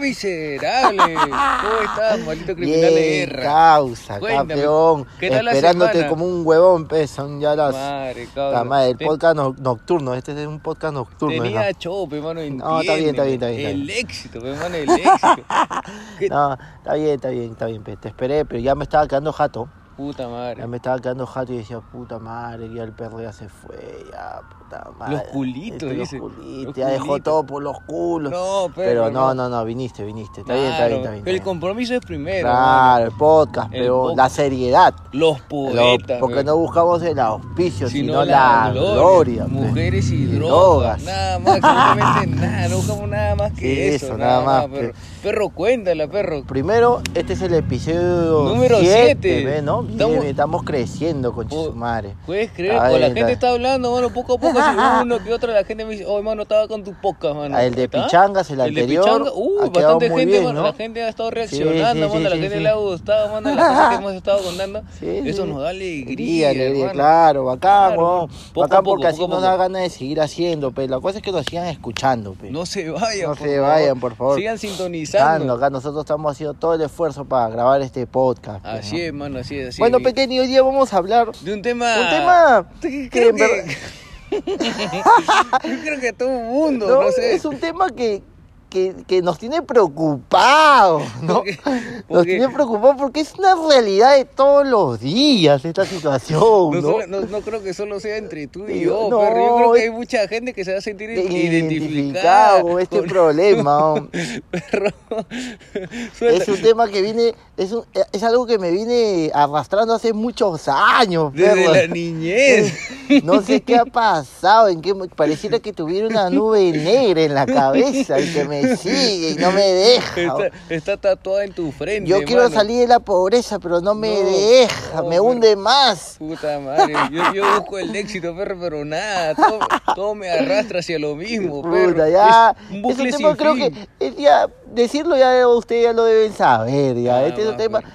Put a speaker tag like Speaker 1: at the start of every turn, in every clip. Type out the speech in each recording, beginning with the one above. Speaker 1: miserable. ¿Cómo estás, maldito criminal de
Speaker 2: Bien,
Speaker 1: guerra?
Speaker 2: causa,
Speaker 1: Cuéntame,
Speaker 2: campeón.
Speaker 1: ¿qué tal la
Speaker 2: Esperándote
Speaker 1: semana?
Speaker 2: como un huevón, pe, son ya las...
Speaker 1: Madre,
Speaker 2: la
Speaker 1: cabrón.
Speaker 2: madre, el
Speaker 1: Te-
Speaker 2: podcast no- nocturno, este es un podcast nocturno.
Speaker 1: Tenía
Speaker 2: ¿no?
Speaker 1: chope, hermano.
Speaker 2: No, está bien, está bien, está bien, está
Speaker 1: El éxito, hermano, el éxito. ¿Qué-
Speaker 2: No, está bien, está bien, está bien, pe, te esperé, pero ya me estaba quedando jato.
Speaker 1: Puta madre.
Speaker 2: Ya me estaba quedando jato y decía, puta madre, ya el perro ya se fue, ya, puta madre.
Speaker 1: Los culitos,
Speaker 2: Este, los
Speaker 1: dice.
Speaker 2: culitos,
Speaker 1: Los
Speaker 2: ya dejó
Speaker 1: culitos.
Speaker 2: todo por los culos.
Speaker 1: No,
Speaker 2: pero
Speaker 1: perro,
Speaker 2: no, no, no, viniste, viniste. Está bien, está bien,
Speaker 1: Claro,
Speaker 2: está bien.
Speaker 1: pero El
Speaker 2: está bien.
Speaker 1: compromiso es primero. hermano.
Speaker 2: Claro, el podcast,
Speaker 1: El
Speaker 2: pero
Speaker 1: podcast.
Speaker 2: la seriedad.
Speaker 1: Los
Speaker 2: Lo-
Speaker 1: poetas.
Speaker 2: porque
Speaker 1: weón.
Speaker 2: no buscamos el auspicio,
Speaker 1: Si
Speaker 2: sino,
Speaker 1: no,
Speaker 2: la, gloria. pe.
Speaker 1: mujeres y,
Speaker 2: Y
Speaker 1: drogas,
Speaker 2: drogas.
Speaker 1: nada más, absolutamente nada, no buscamos nada más que
Speaker 2: Sí,
Speaker 1: eso,
Speaker 2: eso,
Speaker 1: nada,
Speaker 2: nada
Speaker 1: más,
Speaker 2: más,
Speaker 1: perro. Perro, cuéntala, perro.
Speaker 2: Primero, este es el episodio
Speaker 1: Número siete.
Speaker 2: siete, ve, ¿no? Bien,
Speaker 1: Estamos-
Speaker 2: estamos, creciendo con
Speaker 1: Oh.
Speaker 2: Chisumare.
Speaker 1: ¿Puedes creer?
Speaker 2: Ahí
Speaker 1: Pues la
Speaker 2: está.
Speaker 1: gente está hablando, mano, poco a poco, así uno que otro, la gente me dice, oh, hermano, estaba con tus pocas, mano.
Speaker 2: Ah, el de
Speaker 1: ¿Está?
Speaker 2: Pichangas, el anterior,
Speaker 1: uh,
Speaker 2: ha quedado
Speaker 1: bastante
Speaker 2: muy
Speaker 1: gente,
Speaker 2: bien,
Speaker 1: mano,
Speaker 2: ¿no?
Speaker 1: la gente ha estado
Speaker 2: sí,
Speaker 1: reaccionando,
Speaker 2: sí,
Speaker 1: mano, la
Speaker 2: sí,
Speaker 1: gente
Speaker 2: sí.
Speaker 1: le ha gustado, mano, las cosas que hemos estado contando.
Speaker 2: Sí,
Speaker 1: Eso
Speaker 2: sí.
Speaker 1: nos da alegría, hermano.
Speaker 2: claro, bacán,
Speaker 1: Claro,
Speaker 2: weón.
Speaker 1: poco a
Speaker 2: bacán
Speaker 1: poco,
Speaker 2: porque así
Speaker 1: poco a
Speaker 2: nos
Speaker 1: poco.
Speaker 2: da ganas de seguir haciendo, pero la cosa es que lo sigan escuchando, pe.
Speaker 1: No se vayan,
Speaker 2: No
Speaker 1: por
Speaker 2: se
Speaker 1: favor.
Speaker 2: vayan, por favor.
Speaker 1: Sigan
Speaker 2: Tanto,
Speaker 1: sintonizando.
Speaker 2: acá nosotros estamos haciendo todo el esfuerzo para grabar este podcast. pe,
Speaker 1: Así
Speaker 2: ¿no?
Speaker 1: es, mano, así es, así
Speaker 2: Bueno,
Speaker 1: es.
Speaker 2: pequeño, hoy día vamos a hablar
Speaker 1: De un tema.
Speaker 2: un tema
Speaker 1: Creo
Speaker 2: que
Speaker 1: que.
Speaker 2: en verdad-
Speaker 1: Yo creo que todo el mundo, no,
Speaker 2: No,
Speaker 1: sé.
Speaker 2: Es un tema que, que, que nos tiene preocupados, ¿no?
Speaker 1: Porque-
Speaker 2: Nos
Speaker 1: porque-
Speaker 2: tiene preocupados porque es una realidad de todos los días esta situación,
Speaker 1: No,
Speaker 2: ¿no?
Speaker 1: solo- no- no creo que solo sea entre tú y
Speaker 2: Sí,
Speaker 1: yo,
Speaker 2: no,
Speaker 1: pero yo creo que
Speaker 2: es-
Speaker 1: hay mucha gente que se va a sentir identificada.
Speaker 2: Identificado con este
Speaker 1: con-
Speaker 2: problema. ¿no?
Speaker 1: Perro. Suelta.
Speaker 2: es un tema que viene, es, un- eh, es algo que me viene arrastrando hace muchos años,
Speaker 1: Desde
Speaker 2: perro.
Speaker 1: la niñez.
Speaker 2: No sé qué ha pasado, en qué mo- pareciera que tuviera una nube negra en la cabeza y que me sigue y no me deja. ¿no?
Speaker 1: Está, está tatuada en tu frente.
Speaker 2: Yo quiero
Speaker 1: mano.
Speaker 2: salir de la pobreza, pero no me
Speaker 1: No,
Speaker 2: deja,
Speaker 1: no,
Speaker 2: me
Speaker 1: pero-
Speaker 2: hunde más.
Speaker 1: Puta madre, yo, yo busco el éxito, perro, pero nada, todo, todo me arrastra hacia lo mismo, perro.
Speaker 2: Puta, ya.
Speaker 1: Es un
Speaker 2: es
Speaker 1: bucle
Speaker 2: un
Speaker 1: sin
Speaker 2: tema, creo
Speaker 1: fin.
Speaker 2: que es ya, decirlo ya ustedes ya lo deben saber. Ya.
Speaker 1: Ah,
Speaker 2: este es un
Speaker 1: va,
Speaker 2: tema
Speaker 1: pues.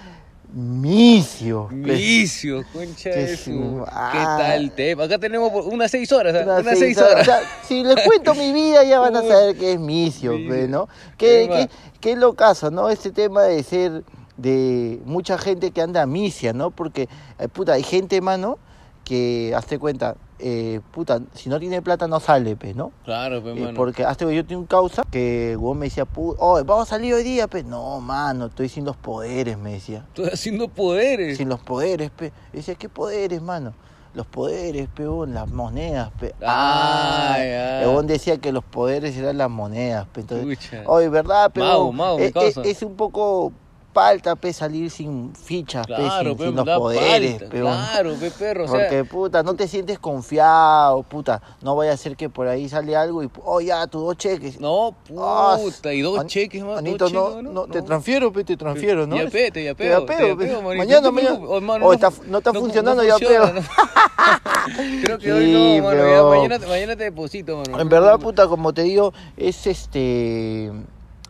Speaker 2: micio. pues.
Speaker 1: Vicio, concha
Speaker 2: que
Speaker 1: de
Speaker 2: su
Speaker 1: su- ¿Qué
Speaker 2: madre.
Speaker 1: tal tema? Acá tenemos por- unas seis horas, ¿ah?
Speaker 2: Unas
Speaker 1: unas seis
Speaker 2: O
Speaker 1: horas.
Speaker 2: sea, si les cuento mi vida, ya van a
Speaker 1: Uy,
Speaker 2: saber que es micio, pues, ¿no?
Speaker 1: Qué
Speaker 2: Qué,
Speaker 1: va.
Speaker 2: qué, qué locazo, ¿no? Este tema de ser de mucha gente que anda misia, ¿no? Porque, eh, puta, hay gente, mano, que, hazte cuenta, eh, puta, si no tiene plata no sale, pues, ¿no?
Speaker 1: Claro, pues,
Speaker 2: Eh,
Speaker 1: mano.
Speaker 2: porque hasta que yo tengo un causa que weón me decía, "Pu- oh, vamos a salir hoy día, pe. No, mano, estoy sin los poderes, me decía.
Speaker 1: Estoy haciendo poderes.
Speaker 2: Sin los poderes, pe. Y decía, ¿qué poderes, mano? Los poderes, pe, weón, las monedas, pe.
Speaker 1: Ah, ya.
Speaker 2: El weón decía que los poderes eran las monedas, pe. Entonces,
Speaker 1: Pucha.
Speaker 2: oye, ¿verdad, pe?
Speaker 1: Mago,
Speaker 2: weón?
Speaker 1: mago, mi
Speaker 2: Eh, eh, es,
Speaker 1: causa.
Speaker 2: un poco palta, pe, salir sin fichas, pe,
Speaker 1: claro,
Speaker 2: sin,
Speaker 1: pe,
Speaker 2: sin los
Speaker 1: da
Speaker 2: poderes,
Speaker 1: palta.
Speaker 2: pe, weón.
Speaker 1: Claro, pe, perro, o sea,
Speaker 2: Porque, puta, no te sientes confiado, puta. No vaya a ser que por ahí sale algo y, oh, ya, tus dos cheques.
Speaker 1: no,
Speaker 2: Ah,
Speaker 1: puta, y dos
Speaker 2: An-
Speaker 1: cheques más,
Speaker 2: Anito,
Speaker 1: dos cheques,
Speaker 2: no,
Speaker 1: mano,
Speaker 2: no, te transfiero, pe, te transfiero, ¿no?
Speaker 1: Ya pe, te ya
Speaker 2: Te
Speaker 1: peo,
Speaker 2: yapeo,
Speaker 1: te ya
Speaker 2: pe.
Speaker 1: peo, manito.
Speaker 2: Mañana,
Speaker 1: No te
Speaker 2: mañana.
Speaker 1: preocupes, hermano,
Speaker 2: Oh,
Speaker 1: no-
Speaker 2: está- no está funcionando, ya
Speaker 1: funciona,
Speaker 2: peo.
Speaker 1: ¿no? Creo que hoy
Speaker 2: Sí,
Speaker 1: no, mano, ya
Speaker 2: peo.
Speaker 1: mañana, mañana te deposito, mano.
Speaker 2: En verdad, puta, como te digo, es este.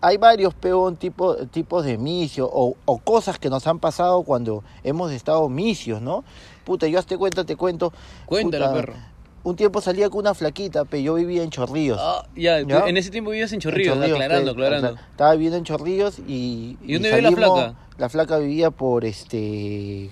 Speaker 2: Hay varios peón tipo, tipos de misios o, o cosas que nos han pasado cuando hemos estado misios, ¿no? Puta, yo hazte cuenta, te cuento.
Speaker 1: Cuéntala,
Speaker 2: puta,
Speaker 1: perro.
Speaker 2: Un tiempo salía con una flaquita, pero yo vivía en Chorrillos.
Speaker 1: Ah, ya,
Speaker 2: Pues, ¿Ya?
Speaker 1: en ese tiempo vivías en
Speaker 2: En
Speaker 1: Chorrillos,
Speaker 2: Chorrillos,
Speaker 1: aclarando,
Speaker 2: pe,
Speaker 1: aclarando.
Speaker 2: acla- Estaba viviendo en Chorrillos y.
Speaker 1: ¿Y dónde vivía la flaca?
Speaker 2: La flaca vivía por este.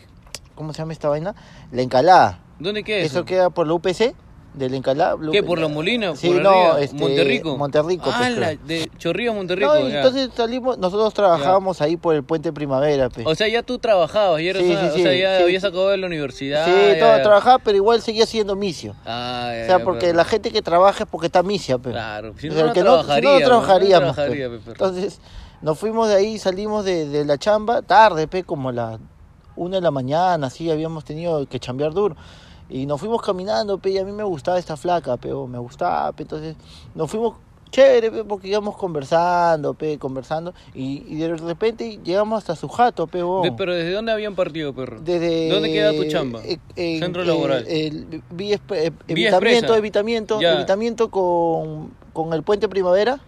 Speaker 2: ¿Cómo se llama esta vaina? La Encalada.
Speaker 1: ¿Dónde queda eso?
Speaker 2: Eso queda por la UPC, del Encalá. la
Speaker 1: ¿Qué,
Speaker 2: UPC.
Speaker 1: por la Molina?
Speaker 2: Sí,
Speaker 1: por
Speaker 2: no,
Speaker 1: arriba?
Speaker 2: este,
Speaker 1: Monterrico.
Speaker 2: Monterrico, pues,
Speaker 1: Ah, la-
Speaker 2: creo.
Speaker 1: de Chorrillos, Monterrico.
Speaker 2: No, y
Speaker 1: ya.
Speaker 2: entonces salimos, nosotros trabajábamos ahí por el puente Primavera, pe.
Speaker 1: O sea, ya tú trabajabas, ya eras
Speaker 2: Sí,
Speaker 1: una-
Speaker 2: sí,
Speaker 1: o sea,
Speaker 2: sí,
Speaker 1: ya
Speaker 2: sí.
Speaker 1: habías acabado de la universidad.
Speaker 2: sí,
Speaker 1: ya-
Speaker 2: todo trabajaba, pero igual seguía siendo misio.
Speaker 1: Ah, ya,
Speaker 2: O sea,
Speaker 1: ya,
Speaker 2: porque
Speaker 1: perro.
Speaker 2: la gente que trabaja es porque está misia, pe.
Speaker 1: Claro, si
Speaker 2: O
Speaker 1: no,
Speaker 2: sea,
Speaker 1: no
Speaker 2: el que si
Speaker 1: trabajaría,
Speaker 2: no,
Speaker 1: pe, no
Speaker 2: trabajaríamos, pe.
Speaker 1: trabajaría, pe, perro.
Speaker 2: Entonces, nos fuimos de ahí, salimos de, de la chamba tarde, pe, como a las una de la mañana, así habíamos tenido que chambear duro. Y nos fuimos caminando, pe, y a mí me gustaba esta flaca, pe, o me gustaba, pe, entonces nos fuimos chévere, pe, porque íbamos conversando, pe, conversando, y, y de repente llegamos hasta su jato, pe, bo.
Speaker 1: De- pero ¿desde dónde habían partido, perro?
Speaker 2: Desde,
Speaker 1: ¿Dónde queda tu chamba?
Speaker 2: eh, en-
Speaker 1: Centro
Speaker 2: eh,
Speaker 1: laboral.
Speaker 2: el vía esp- eh,
Speaker 1: Vía
Speaker 2: evitamiento,
Speaker 1: expresa.
Speaker 2: evitamiento,
Speaker 1: Ya.
Speaker 2: evitamiento con, con el puente Primavera.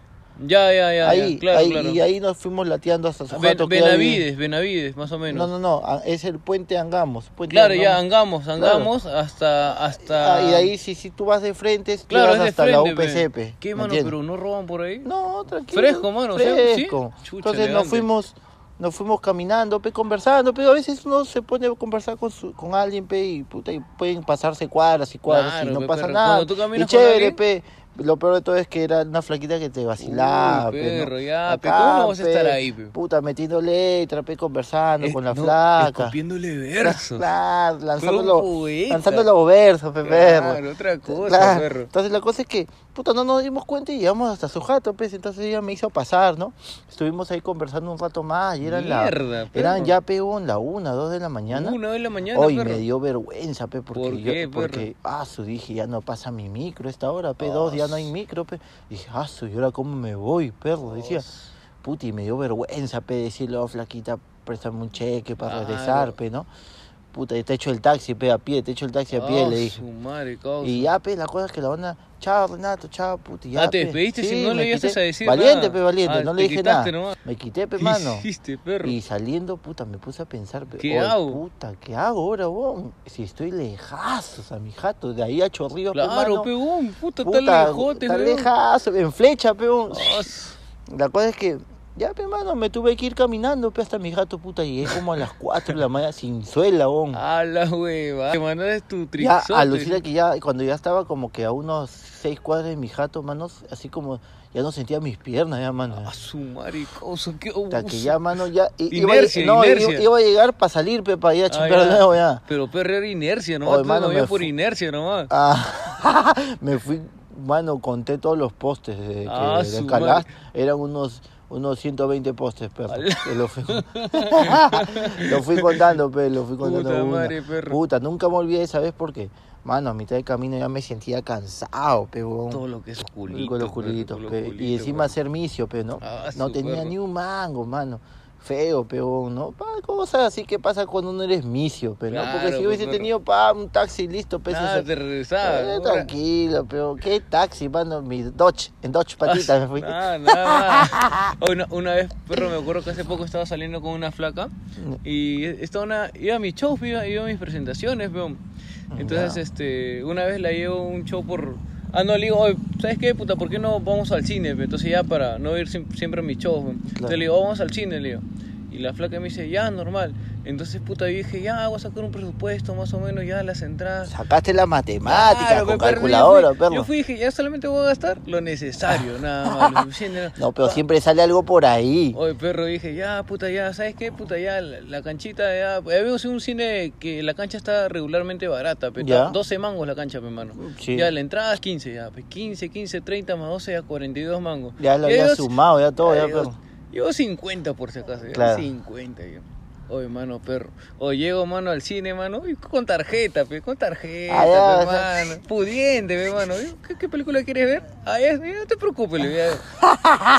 Speaker 1: Ya, ya, ya.
Speaker 2: ahí,
Speaker 1: ya, claro,
Speaker 2: ahí,
Speaker 1: claro.
Speaker 2: Y ahí nos fuimos lateando hasta su
Speaker 1: Ben- Benavides, Benavides, más o
Speaker 2: No,
Speaker 1: menos.
Speaker 2: no, no, a- es el puente Angamos. Puente
Speaker 1: Claro,
Speaker 2: Angamos.
Speaker 1: ya angamos, angamos hasta hasta
Speaker 2: Ah, y ahí, si, si tú vas de frente, tú
Speaker 1: Claro,
Speaker 2: vas
Speaker 1: es de
Speaker 2: hasta la
Speaker 1: frente, pe.
Speaker 2: UPCP.
Speaker 1: ¿Qué
Speaker 2: ¿me
Speaker 1: mano,
Speaker 2: entiendes?
Speaker 1: pero no roban por ahí?
Speaker 2: No, tranquilo.
Speaker 1: Fresco, mano, o sea, ¿sí?
Speaker 2: fresco.
Speaker 1: Chucha,
Speaker 2: Entonces nos
Speaker 1: elegante.
Speaker 2: fuimos, nos fuimos caminando, pe, conversando, pero a veces uno se pone a conversar con, su- con alguien, pe, y, puta, y pueden pasarse cuadras y cuadras
Speaker 1: Claro,
Speaker 2: y no
Speaker 1: pe,
Speaker 2: pasa
Speaker 1: perro.
Speaker 2: nada.
Speaker 1: Cuando tú
Speaker 2: y
Speaker 1: caminas con
Speaker 2: chévere,
Speaker 1: alguien-
Speaker 2: pe. Lo peor de todo es que era una flaquita que te vacilaba,
Speaker 1: Uy,
Speaker 2: pe, ¿no?
Speaker 1: perro, ya, pe, ¿cómo no vas a estar ahí, pe?
Speaker 2: Puta, metiendo letra, pe, conversando
Speaker 1: Es-
Speaker 2: con la
Speaker 1: no,
Speaker 2: flaca.
Speaker 1: Escupiéndole versos.
Speaker 2: Claro, lanzando, los-
Speaker 1: poeta.
Speaker 2: lanzando los versos, pe, perro.
Speaker 1: Claro, otra cosa,
Speaker 2: Claro.
Speaker 1: perro.
Speaker 2: Entonces la cosa es que, puta, no nos dimos cuenta y llegamos hasta su jato, pues. Entonces ella me hizo pasar, ¿no? Estuvimos ahí conversando un rato más y eran la-
Speaker 1: Mierda, perro.
Speaker 2: Eran ya, peón, la una, dos de la mañana.
Speaker 1: Una de la mañana,
Speaker 2: Hoy
Speaker 1: perro.
Speaker 2: me dio vergüenza, pe, porque
Speaker 1: ¿Por
Speaker 2: yo,
Speaker 1: qué, perro?
Speaker 2: porque, ah, su, dije, ya no pasa mi micro a esta hora, pe, dos, ya no hay micro, pe. Dije, ah, su, ¿y ahora cómo me voy, perro? Decía, puti, me dio vergüenza, pe, decirle, oh, flaquita, préstame un cheque para
Speaker 1: Claro.
Speaker 2: regresar, pe, ¿no? Puta, y te echo el taxi, pe, a pie, te echo el taxi a pie,
Speaker 1: Ah,
Speaker 2: le dije.
Speaker 1: su madre, causa.
Speaker 2: Y ya, pe, la cosa es que la onda, chao Renato, chao puti, ya.
Speaker 1: Ah, te
Speaker 2: pe".
Speaker 1: despediste si
Speaker 2: Sí,
Speaker 1: no le
Speaker 2: me
Speaker 1: llegaste
Speaker 2: quité.
Speaker 1: a decir
Speaker 2: Valiente,
Speaker 1: nada.
Speaker 2: pe, valiente,
Speaker 1: Ah,
Speaker 2: no
Speaker 1: te
Speaker 2: le dije nada.
Speaker 1: quitaste nomás.
Speaker 2: Me quité, pe,
Speaker 1: ¿Qué
Speaker 2: mano.
Speaker 1: hiciste, perro?
Speaker 2: Y saliendo, puta, me puse a pensar, pe,
Speaker 1: ¿Qué
Speaker 2: "Oy,
Speaker 1: hago?
Speaker 2: puta, ¿qué hago ahora, bon? Si estoy lejazos a mi jato, de ahí a Chorrillos,
Speaker 1: Claro,
Speaker 2: pe, mano.
Speaker 1: peón, puta,
Speaker 2: puta,
Speaker 1: tal lejote,
Speaker 2: está lejazo, en flecha, pe, bon.
Speaker 1: Pero
Speaker 2: La cosa es que, ya, pe, mano, me tuve que ir caminando, pe, hasta mi jato, puta, llegué como a las 4 de la mañana sin suela, bon.
Speaker 1: A Ah, la hueva. Te mandaste tu
Speaker 2: Ya,
Speaker 1: trixote.
Speaker 2: alucina que ya, cuando ya estaba como que a unos seis cuadras de mi jato, manos, así como, ya no sentía mis piernas, ya, mano.
Speaker 1: A Ah, su maricoso, qué
Speaker 2: Hasta que
Speaker 1: abuso.
Speaker 2: ya, mano, ya. i-
Speaker 1: Inercia,
Speaker 2: iba, a- no, i-
Speaker 1: inercia.
Speaker 2: iba a llegar para salir, pe, para ir a
Speaker 1: Ah,
Speaker 2: chimpear de
Speaker 1: ya.
Speaker 2: nuevo, ya.
Speaker 1: Pero perro era inercia, ¿no?
Speaker 2: Oye,
Speaker 1: Tú
Speaker 2: mano,
Speaker 1: no
Speaker 2: me
Speaker 1: veías por
Speaker 2: fu-
Speaker 1: inercia nomás.
Speaker 2: Ah, me fui, mano, conté todos los postes desde que
Speaker 1: Ah,
Speaker 2: de
Speaker 1: su
Speaker 2: Calaf,
Speaker 1: madre.
Speaker 2: eran unos. Unos 120 postes, perro.
Speaker 1: Alá.
Speaker 2: Que Lo fui, lo fui contando, pe, lo fui contando.
Speaker 1: Puta
Speaker 2: una.
Speaker 1: madre, perro.
Speaker 2: Puta, nunca me olvidé, ¿sabes por qué? Mano, a mitad de camino ya me sentía cansado, pe, huevón.
Speaker 1: Todo lo que es culito.
Speaker 2: Y con los
Speaker 1: perro,
Speaker 2: culitos,
Speaker 1: con los
Speaker 2: pe. y
Speaker 1: culitos,
Speaker 2: encima
Speaker 1: perro.
Speaker 2: hacer micio, pe, ¿no?
Speaker 1: Ah,
Speaker 2: no
Speaker 1: su
Speaker 2: tenía
Speaker 1: perro.
Speaker 2: ni un mango, mano. Feo, peón, ¿no? Pa, cosas así que pasa cuando no eres micio, pero ¿no? Porque
Speaker 1: Claro, Ah,
Speaker 2: si
Speaker 1: pe,
Speaker 2: hubiese
Speaker 1: perro.
Speaker 2: tenido pa, un taxi listo, pe,
Speaker 1: Nada,
Speaker 2: eso-
Speaker 1: te regresaba,
Speaker 2: Eh,
Speaker 1: ¿no?
Speaker 2: tranquilo, pero ¿qué taxi, mano? Mi Dodge, en Dodge patita me fui.
Speaker 1: Nada, Ah, nada. Una, una vez, perro, me acuerdo que hace poco estaba saliendo con una flaca y estaba una, iba a mis shows, iba, iba a mis presentaciones, peón. Entonces,
Speaker 2: Ya.
Speaker 1: este, una vez la llevo a un show por... Ah, no, le digo, "Oye, ¿sabes qué, puta? ¿Por qué no vamos al cine? pe?" Entonces ya para no ir siem- siempre a mis shows, peón.
Speaker 2: Claro.
Speaker 1: Entonces le digo, "Oh, vamos al cine, le digo. Y la flaca me dice, ya, normal. Entonces, puta, yo dije, ya, voy a sacar un presupuesto más o menos, ya las entradas.
Speaker 2: Sacaste la matemática
Speaker 1: Claro,
Speaker 2: con
Speaker 1: pe, perro,
Speaker 2: calculadora,
Speaker 1: yo fui,
Speaker 2: perro.
Speaker 1: Yo fui y dije, ya solamente voy a gastar lo necesario, nada más, lo suficiente. nada.
Speaker 2: No, pero siempre sale algo por ahí.
Speaker 1: Oye, perro, dije, ya, puta, ya, ¿sabes qué? Puta, ya, la, la canchita, ya. Había sido un cine que la cancha está regularmente barata, pero
Speaker 2: Ya.
Speaker 1: 12 mangos la cancha, mi hermano.
Speaker 2: Sí.
Speaker 1: Ya, la entrada es 15, ya, pe, 15, 15, 30 más 12, ya 42 mangos.
Speaker 2: Ya lo
Speaker 1: Y
Speaker 2: había
Speaker 1: yo-
Speaker 2: sumado, ya todo, ya,
Speaker 1: yo-
Speaker 2: perro.
Speaker 1: Yo 50 por si acaso, ya,
Speaker 2: Claro.
Speaker 1: 50 yo. Oye, mano, perro. O llego, mano, al cine, mano, y con tarjeta, pe, con tarjeta,
Speaker 2: Ah, ya,
Speaker 1: pe,
Speaker 2: o sea-
Speaker 1: mano. Pudiente, pe, mano. Yo, ¿Qué, qué película quieres ver? Ah, ya, ya, no te preocupes, le digo, ya.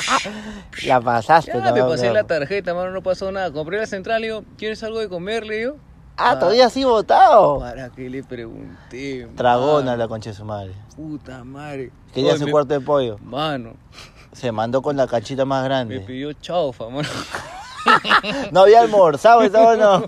Speaker 2: La pasaste,
Speaker 1: Ya,
Speaker 2: ¿no?
Speaker 1: me pasé
Speaker 2: perro?
Speaker 1: la tarjeta, mano, no pasó nada. Compré la central, le digo, ¿quieres algo de comer? Le digo,
Speaker 2: Ah, todavía sí votado.
Speaker 1: ¿para qué le pregunté?
Speaker 2: Tragona
Speaker 1: mano?
Speaker 2: la concha de su madre.
Speaker 1: Puta madre.
Speaker 2: Quería
Speaker 1: Oye,
Speaker 2: su
Speaker 1: me-
Speaker 2: cuarto de pollo.
Speaker 1: Mano,
Speaker 2: Se mandó con la canchita más
Speaker 1: me
Speaker 2: grande.
Speaker 1: pidió chaufa, mano.
Speaker 2: No había almorzado, estaba no.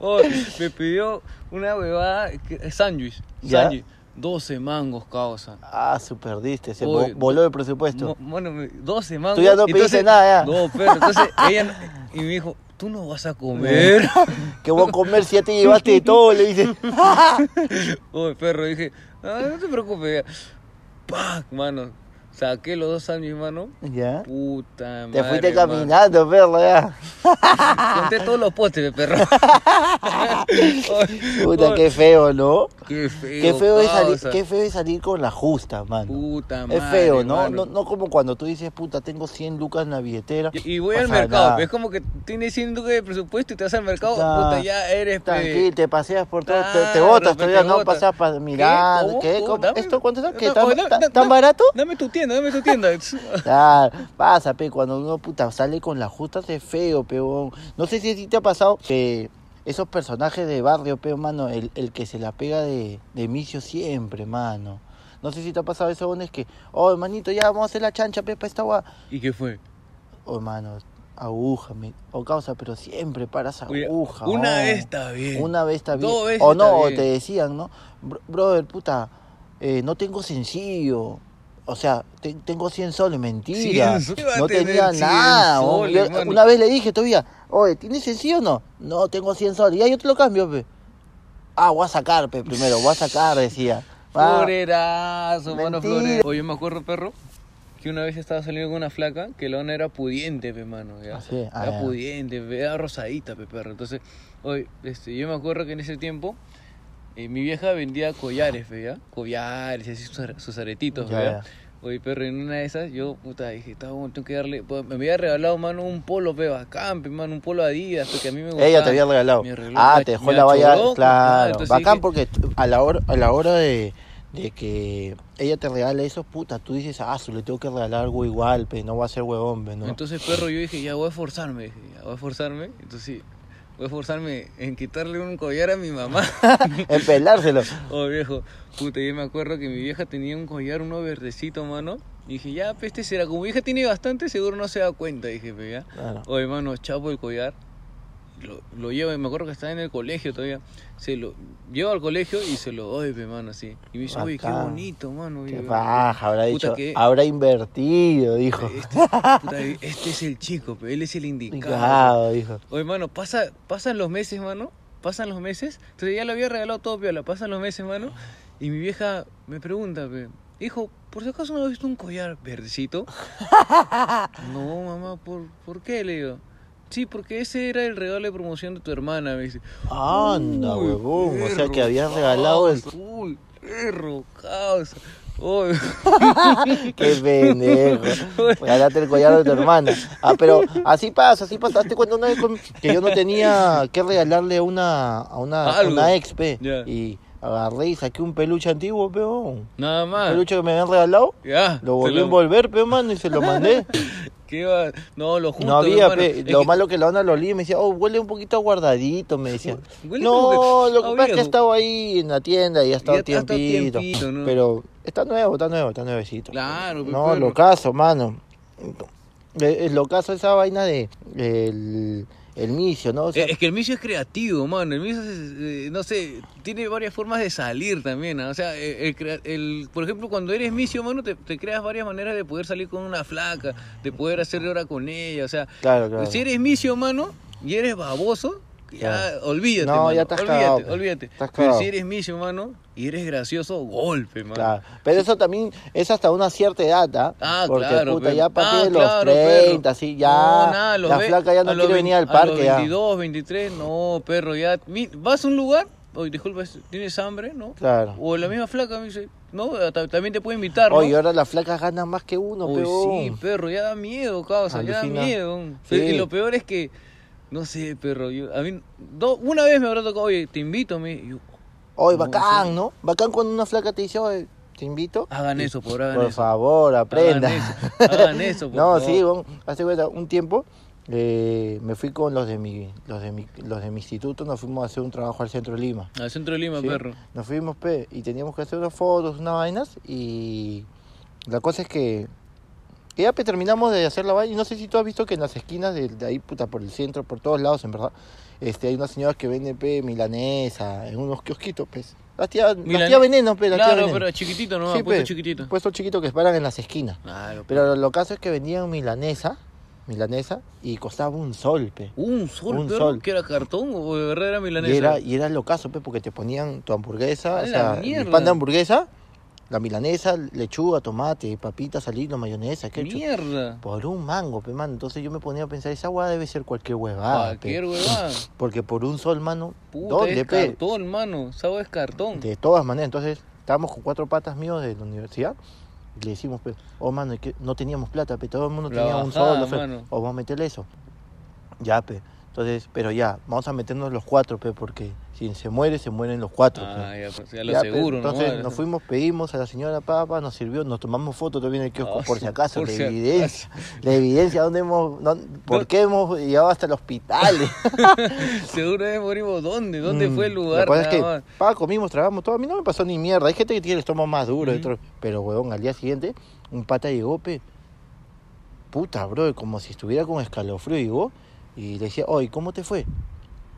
Speaker 1: Oh, me pidió una huevada, que- eh, sándwich,
Speaker 2: ¿Ya?
Speaker 1: sándwich. 12 mangos, causa.
Speaker 2: Ah, su perdiste. Se
Speaker 1: Uy,
Speaker 2: vo- voló el presupuesto.
Speaker 1: Mo- Bueno, me- 12 mangos.
Speaker 2: Tú ya no pediste nada, ya.
Speaker 1: No, pero entonces ella no- y me dijo, tú no vas a comer.
Speaker 2: Que vos comer siete y llevaste de todo, le dice.
Speaker 1: Uy, Oh, perro, dije, "Ah, no te preocupes. ya". Pac, mano. Saqué los dos sándwiches, mano.
Speaker 2: ¿Ya?
Speaker 1: Puta madre.
Speaker 2: Te fuiste
Speaker 1: mano.
Speaker 2: caminando, perro, ya.
Speaker 1: Conté todos los postes, perro. Uy,
Speaker 2: Puta,
Speaker 1: uy,
Speaker 2: qué feo, ¿no?
Speaker 1: qué feo.
Speaker 2: Qué feo, es salir,
Speaker 1: causa.
Speaker 2: qué feo es salir con la justa, mano.
Speaker 1: Puta madre.
Speaker 2: Es feo, ¿no?
Speaker 1: mano.
Speaker 2: ¿no? No como cuando tú dices, puta, tengo 100 lucas en la billetera.
Speaker 1: Y y voy al
Speaker 2: Pasa
Speaker 1: mercado,
Speaker 2: nada.
Speaker 1: pe, es como que tienes 100 lucas de presupuesto y te vas al mercado,
Speaker 2: Ya.
Speaker 1: puta, ya eres pe.
Speaker 2: Tranquilo, te paseas por todo, te- te,
Speaker 1: Claro,
Speaker 2: botas
Speaker 1: pe,
Speaker 2: todavía,
Speaker 1: te
Speaker 2: no
Speaker 1: botas.
Speaker 2: pasas para mirar.
Speaker 1: ¿Cómo?
Speaker 2: ¿Qué?
Speaker 1: Oh,
Speaker 2: ¿Cómo?
Speaker 1: dame-
Speaker 2: ¿Esto cuánto está? ¿Qué?
Speaker 1: no,
Speaker 2: ¿Tan,
Speaker 1: oh, dame-
Speaker 2: tan-
Speaker 1: dame-
Speaker 2: tan barato?
Speaker 1: Dame tu tienda, dame tu tienda.
Speaker 2: Claro, pasa, pe, cuando uno puta sale con las justas es feo, peón. No sé si a ti te ha pasado que esos personajes de barrio, peón, mano, el, el que se la pega de, de micio siempre, mano. No sé si te ha pasado eso, weón, es que, oh, hermanito, ya vamos a hacer la chancha, pepa, esta weá.
Speaker 1: ¿Y qué fue?
Speaker 2: Oh, hermano, aguja, mi- o causa, pero siempre paras
Speaker 1: Oye,
Speaker 2: aguja.
Speaker 1: una
Speaker 2: weón.
Speaker 1: vez está bien.
Speaker 2: Una vez está bien.
Speaker 1: Dos veces
Speaker 2: o no,
Speaker 1: está
Speaker 2: o
Speaker 1: bien.
Speaker 2: te decían, ¿no? Bro- brother, puta, eh, no tengo sencillo. O sea, te- tengo 100 soles, mentira.
Speaker 1: 100 soles, va a
Speaker 2: no
Speaker 1: tener
Speaker 2: tenía
Speaker 1: 100
Speaker 2: nada. weón.
Speaker 1: soles,
Speaker 2: Yo-
Speaker 1: hermano.
Speaker 2: una vez le dije todavía, oye, ¿tienes sencillo o no? No, tengo 100 soles. Ya yo te lo cambio, pe. Ah, voy a sacar, pe, primero, voy a sacar, decía. Ah,
Speaker 1: Florerazo, mano
Speaker 2: Mentira.
Speaker 1: florero. Oye, me acuerdo, perro, que una vez estaba saliendo con una flaca que la onda era pudiente, pe, mano. ya.
Speaker 2: Ah, sí, ah,
Speaker 1: era
Speaker 2: ya.
Speaker 1: pudiente, pe, era rosadita, pe, perro. Entonces, oye, este, yo me acuerdo que en ese tiempo eh, mi vieja vendía collares, pe, ya. Collares, y así sus, are- sus aretitos,
Speaker 2: Ya,
Speaker 1: pe, ya.
Speaker 2: ya.
Speaker 1: Oye, perro, en una de esas, yo, puta, dije, estaba bueno, tengo que darle. pues, me había regalado, mano, un polo, pe, bacán, pe, mano, un polo Adidas, pe, que a mí me gustaba.
Speaker 2: Ella te había regalado.
Speaker 1: Me regaló,
Speaker 2: Ah,
Speaker 1: me-
Speaker 2: te dejó
Speaker 1: me
Speaker 2: la valla.
Speaker 1: achoró, ah,
Speaker 2: Claro.
Speaker 1: entonces
Speaker 2: Bacán
Speaker 1: dije,
Speaker 2: porque tú- a la hora, a la hora de, de que ella te regale eso, puta, tú dices, ah, su, le tengo que regalar algo igual, pe, no va a ser huevón, pe, ¿no?
Speaker 1: Entonces, perro, yo dije, ya voy a esforzarme, dije, ya voy a esforzarme. Entonces, voy a esforzarme en quitarle un collar a mi mamá.
Speaker 2: en pelárselo.
Speaker 1: oh, viejo, puta, yo me acuerdo que mi vieja tenía un collar, uno verdecito, mano. Y dije, ya, peste será. Como mi vieja tiene bastante, seguro no se da cuenta, dije, pero ya.
Speaker 2: Claro.
Speaker 1: Oye, mano, chapo el collar. Lo, lo llevo, y me acuerdo que estaba en el colegio todavía. Se lo llevo al colegio y se lo doy, pe, mano, así. Y me dice, oye, qué
Speaker 2: Bacán.
Speaker 1: bonito, mano.
Speaker 2: Qué
Speaker 1: Y yo,
Speaker 2: paja, habrá
Speaker 1: puta,
Speaker 2: dicho. ah.
Speaker 1: qué-
Speaker 2: Habrá invertido, dijo.
Speaker 1: Este, puta, este es el chico, pero él es el indicado.
Speaker 2: Claro, dijo.
Speaker 1: Oye, mano, pasa, pasan los meses, mano. Pasan los meses. Entonces ya le había regalado todo piola. Pasan los meses, mano. Y mi vieja me pregunta, pe, hijo, ¿por si acaso no has visto un collar verdecito? no, mamá, ¿por, ¿por qué? Le digo. Sí, porque ese era el regalo de promoción de tu hermana, me dice.
Speaker 2: Anda,
Speaker 1: Uy,
Speaker 2: huevón. O sea
Speaker 1: perro,
Speaker 2: que habías regalado el.
Speaker 1: causa, Uy, perro, causa. Oye,
Speaker 2: Qué pendejo. Ganaste el collar de tu hermana. Ah, pero así pasa, así pasa. Hazte cuenta una vez con- que yo no tenía que regalarle a una, a una,
Speaker 1: Algo.
Speaker 2: una ex, pe.
Speaker 1: Ya.
Speaker 2: Y agarré y saqué un peluche antiguo, peón.
Speaker 1: nada
Speaker 2: Un
Speaker 1: más.
Speaker 2: peluche que me habían regalado.
Speaker 1: Ya,
Speaker 2: Lo
Speaker 1: Ah. se
Speaker 2: volví a envolver, pe, mano, y se lo mandé.
Speaker 1: ¿Qué va? No, lo justo.
Speaker 2: no había,
Speaker 1: hermano.
Speaker 2: pe.
Speaker 1: Es
Speaker 2: Lo
Speaker 1: que-
Speaker 2: malo que la onda lo olía y me decía, oh, huele un poquito aguardadito, me decía.
Speaker 1: Huele como
Speaker 2: no,
Speaker 1: que-
Speaker 2: lo que pasa es que
Speaker 1: viejo.
Speaker 2: ha estado ahí en la tienda y ha estado
Speaker 1: ha estado
Speaker 2: tiempito.
Speaker 1: tiempito, ¿no?
Speaker 2: Pero está nuevo, está nuevo, está nuevecito.
Speaker 1: Claro, pues, pe,
Speaker 2: No,
Speaker 1: perro.
Speaker 2: lo caso, mano. Eh, eh, Lo caso esa vaina de el, el micio, ¿no? O sea,
Speaker 1: Eh, es que el micio es creativo, mano. El micio, es, eh, no sé, tiene varias formas de salir también. ¿ah? O sea, eh, el, crea- el- por ejemplo, cuando eres micio, mano, te, te creas varias maneras de poder salir con una flaca, de poder hacer hora con ella. O sea,
Speaker 2: Claro, claro.
Speaker 1: si eres micio, mano, y eres baboso, ya
Speaker 2: Claro.
Speaker 1: olvídate.
Speaker 2: No,
Speaker 1: mano,
Speaker 2: ya estás
Speaker 1: olvídate,
Speaker 2: cagado, pe.
Speaker 1: olvídate.
Speaker 2: Estás
Speaker 1: Pero
Speaker 2: cagado.
Speaker 1: si eres micio, mano, y eres gracioso, golpe, mano.
Speaker 2: Claro. Pero eso también es hasta una cierta edad, ¿ah?
Speaker 1: Ah,
Speaker 2: Porque,
Speaker 1: claro.
Speaker 2: puta,
Speaker 1: pe-
Speaker 2: ya a partir
Speaker 1: ah,
Speaker 2: de los
Speaker 1: claro,
Speaker 2: 30,
Speaker 1: perro.
Speaker 2: así, ya.
Speaker 1: No, nada, a los
Speaker 2: la
Speaker 1: ve-
Speaker 2: flaca ya
Speaker 1: a
Speaker 2: no
Speaker 1: los
Speaker 2: quiere venir al
Speaker 1: vein-
Speaker 2: parque,
Speaker 1: A
Speaker 2: ya.
Speaker 1: los 22, 23, no, perro, ya. mi- Vas a un lugar, oye, disculpa, ¿tienes hambre? ¿No?
Speaker 2: Claro.
Speaker 1: O la misma flaca me dice, no, ta- también te puede invitar, ¿no?
Speaker 2: Oye, ahora las flacas ganan más que uno,
Speaker 1: Uy, sí,
Speaker 2: peón.
Speaker 1: perro, ya da miedo, causa, ya
Speaker 2: Alucina.
Speaker 1: da miedo.
Speaker 2: Sí.
Speaker 1: Y lo peor es que, no sé, perro, yo, a mí, do- una vez me habrá tocado, oye, te invito, me, y yo,
Speaker 2: Oye,
Speaker 1: No,
Speaker 2: bacán, ¿no? Bacán cuando una flaca te dice, oye, te invito.
Speaker 1: hagan eso, por Ah, hagan
Speaker 2: Por
Speaker 1: eso.
Speaker 2: favor, aprenda.
Speaker 1: Hagan eso, hagan eso, por
Speaker 2: no,
Speaker 1: favor.
Speaker 2: sí, bon, hace cuenta, un tiempo eh, me fui con los de mi, los de mi, los de mi instituto, nos fuimos a hacer un trabajo al centro de Lima.
Speaker 1: Al centro de Lima,
Speaker 2: ¿sí?
Speaker 1: perro.
Speaker 2: Nos fuimos, pe, y teníamos que hacer unas fotos, unas vainas, y la cosa es que que ya pe, terminamos de hacer la vaina, y no sé si tú has visto que en las esquinas de, de ahí, puta, por el centro, por todos lados, en verdad, este, hay unas señoras que venden, pe, milanesa, en unos kiosquitos, pues. Las tías, las
Speaker 1: Milane-
Speaker 2: tías veneno, pe, las tías
Speaker 1: Claro,
Speaker 2: veneno.
Speaker 1: pero chiquitito, ¿no?
Speaker 2: Sí, pues
Speaker 1: puesto
Speaker 2: pe,
Speaker 1: chiquitito.
Speaker 2: Puestos chiquitos que paran en las esquinas.
Speaker 1: Claro, pero...
Speaker 2: Pero lo caso es que vendían milanesa, milanesa, y costaba un sol, pe.
Speaker 1: Un sol,
Speaker 2: Un
Speaker 1: perro,
Speaker 2: sol.
Speaker 1: que era cartón o de verdad era milanesa.
Speaker 2: Y era, y era lo caso, pe, porque te ponían tu hamburguesa,
Speaker 1: ¡A
Speaker 2: o
Speaker 1: la
Speaker 2: sea, el
Speaker 1: mierda!
Speaker 2: pan de hamburguesa, la milanesa, lechuga, tomate, papita, salino, mayonesa, ketchup.
Speaker 1: Mierda.
Speaker 2: Por un mango, pe, mano. Entonces yo me ponía a pensar, esa hueá debe ser cualquier huevada, pe.
Speaker 1: Cualquier huevada.
Speaker 2: Porque por un sol, mano,
Speaker 1: Puta,
Speaker 2: ¿dónde,
Speaker 1: es
Speaker 2: pe?
Speaker 1: cartón, mano. Sabo es cartón. Ah,
Speaker 2: De todas maneras, entonces estábamos con cuatro patas míos de la universidad y le decimos, pe, oh mano, es que no teníamos plata, pero todo el mundo
Speaker 1: La
Speaker 2: tenía un
Speaker 1: bajada,
Speaker 2: solo, fe,
Speaker 1: mano.
Speaker 2: o vamos a meterle eso. Ya, pe. Entonces, pero ya, vamos a meternos los cuatro, pe, porque Si se muere, se mueren los cuatro. pe.
Speaker 1: Ah, ya, pues, ya lo
Speaker 2: Ya, pe,
Speaker 1: seguro, ¿no?
Speaker 2: Entonces nos fuimos, pedimos a la señora Papa, nos sirvió, nos tomamos fotos todavía en el kiosco,
Speaker 1: Ah,
Speaker 2: por si acaso,
Speaker 1: por
Speaker 2: la
Speaker 1: si acaso.
Speaker 2: evidencia, la evidencia, dónde hemos, dónde- por qué hemos llegado hasta el hospital.
Speaker 1: Seguro es morimos. ¿Dónde? ¿Dónde
Speaker 2: Mm,
Speaker 1: fue el lugar?
Speaker 2: Lo que pasa
Speaker 1: Nada
Speaker 2: es
Speaker 1: más.
Speaker 2: que, pa, comimos, tragamos todo, a mí no me pasó ni mierda, hay gente que tiene el estómago más duro, y otro- pero huevón, al día siguiente, un pata llegó, pe, puta, bro, como si estuviera con escalofrío, llegó, y le decía, oye, ¿cómo te fue?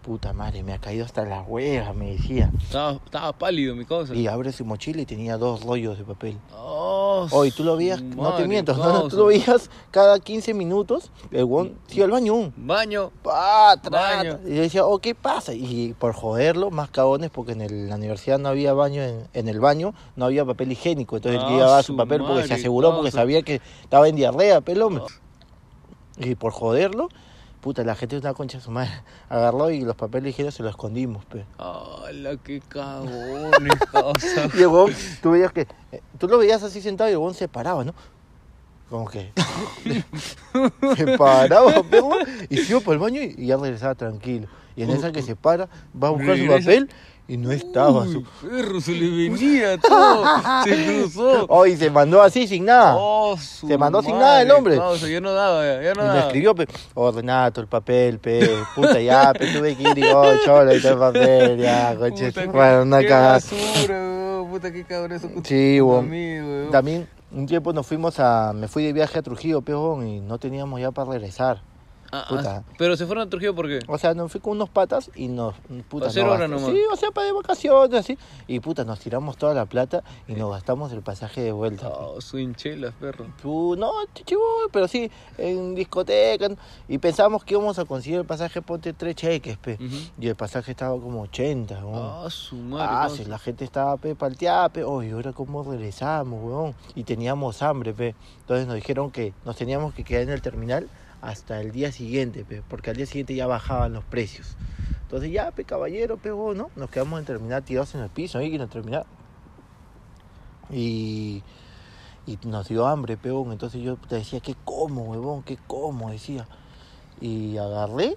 Speaker 2: Puta madre, me ha caído hasta las huevas, me decía.
Speaker 1: Estaba, estaba pálido mi cosa.
Speaker 2: Y abre su mochila y tenía dos rollos de papel.
Speaker 1: Oh,
Speaker 2: Hoy tú lo
Speaker 1: su
Speaker 2: veías, no te
Speaker 1: madre,
Speaker 2: mientas, no,
Speaker 1: causa.
Speaker 2: tú lo veías cada 15 minutos, el huevón, sí, al baño, un,
Speaker 1: Baño.
Speaker 2: pa, tra,
Speaker 1: Baño.
Speaker 2: tra. Y yo decía, oh, ¿qué pasa? Y por joderlo, más cagones, porque en el- la universidad no había baño, en, en el baño no había papel higiénico. Entonces él
Speaker 1: Ah,
Speaker 2: llevaba
Speaker 1: su
Speaker 2: su papel porque se
Speaker 1: madre,
Speaker 2: aseguró, porque
Speaker 1: causa.
Speaker 2: sabía que estaba en diarrea, pelón. Y por joderlo, puta, la gente es una concha de su madre. Agarró y los papeles higiénicos se los escondimos, pe.
Speaker 1: ¡Hala, qué cagones, causa!
Speaker 2: Y el huevón, tú veías que, eh, tú lo veías así sentado y el huevón se paraba, ¿no? Como que se paraba pe, huevón, y se iba por el baño y, y ya regresaba tranquilo. Y en esa que se para, va a buscar
Speaker 1: Regresa.
Speaker 2: su papel y no estaba
Speaker 1: Uy,
Speaker 2: su.
Speaker 1: perro, se le venía todo. se cruzó.
Speaker 2: Oh, y se mandó así sin nada.
Speaker 1: Oh, su
Speaker 2: Ah, Se mandó sin nada el
Speaker 1: madre,
Speaker 2: hombre.
Speaker 1: causa, ya no daba, ya, ya no
Speaker 2: Y me
Speaker 1: daba.
Speaker 2: escribió, pe, oh Renato, el papel, pe, puta ya, pe, tuve que ir y, oh, chola, ahí está el papel, ya, coche,
Speaker 1: Puta,
Speaker 2: bueno, una
Speaker 1: qué
Speaker 2: cagada.
Speaker 1: basura, weón, puta, qué cabrón eso.
Speaker 2: Sí, huevón.
Speaker 1: Amigo, weón.
Speaker 2: También, un tiempo nos fuimos a, me fui de viaje a Trujillo, pe, huevón, y no teníamos ya para regresar.
Speaker 1: Ah, ah,
Speaker 2: puta.
Speaker 1: pero se fueron a Trujillo, ¿por qué?
Speaker 2: O sea, nos fui con unos patas y nos. Puta,
Speaker 1: Pa' hacer
Speaker 2: no
Speaker 1: hora
Speaker 2: gastamos.
Speaker 1: nomás.
Speaker 2: Sí, o sea, para de vacaciones, así. Y puta, nos tiramos toda la plata y nos gastamos el pasaje de vuelta.
Speaker 1: Oh, su hinchelas, perro.
Speaker 2: Tú, no, chivo, pero sí, en discoteca. ¿no? Y pensamos que íbamos a conseguir el pasaje, ponte tres cheques, pe.
Speaker 1: Ujú.
Speaker 2: Y el pasaje estaba como 80, weón.
Speaker 1: Ah, su madre.
Speaker 2: Ah,
Speaker 1: causa.
Speaker 2: sí, la gente estaba pe palteada, pe, oye, ahora cómo regresamos, weón. Y teníamos hambre, pe. Entonces nos dijeron que nos teníamos que quedar en el terminal hasta el día siguiente, pe, porque al día siguiente ya bajaban los precios. Entonces ya, pe, caballero, pe, weón, ¿no? Nos quedamos en el terminal tirados en el piso, ahí en el terminal. Y, y nos dio hambre, pe, weón. Entonces yo te decía, ¿qué como, weón? ¿Qué como? Decía. Y agarré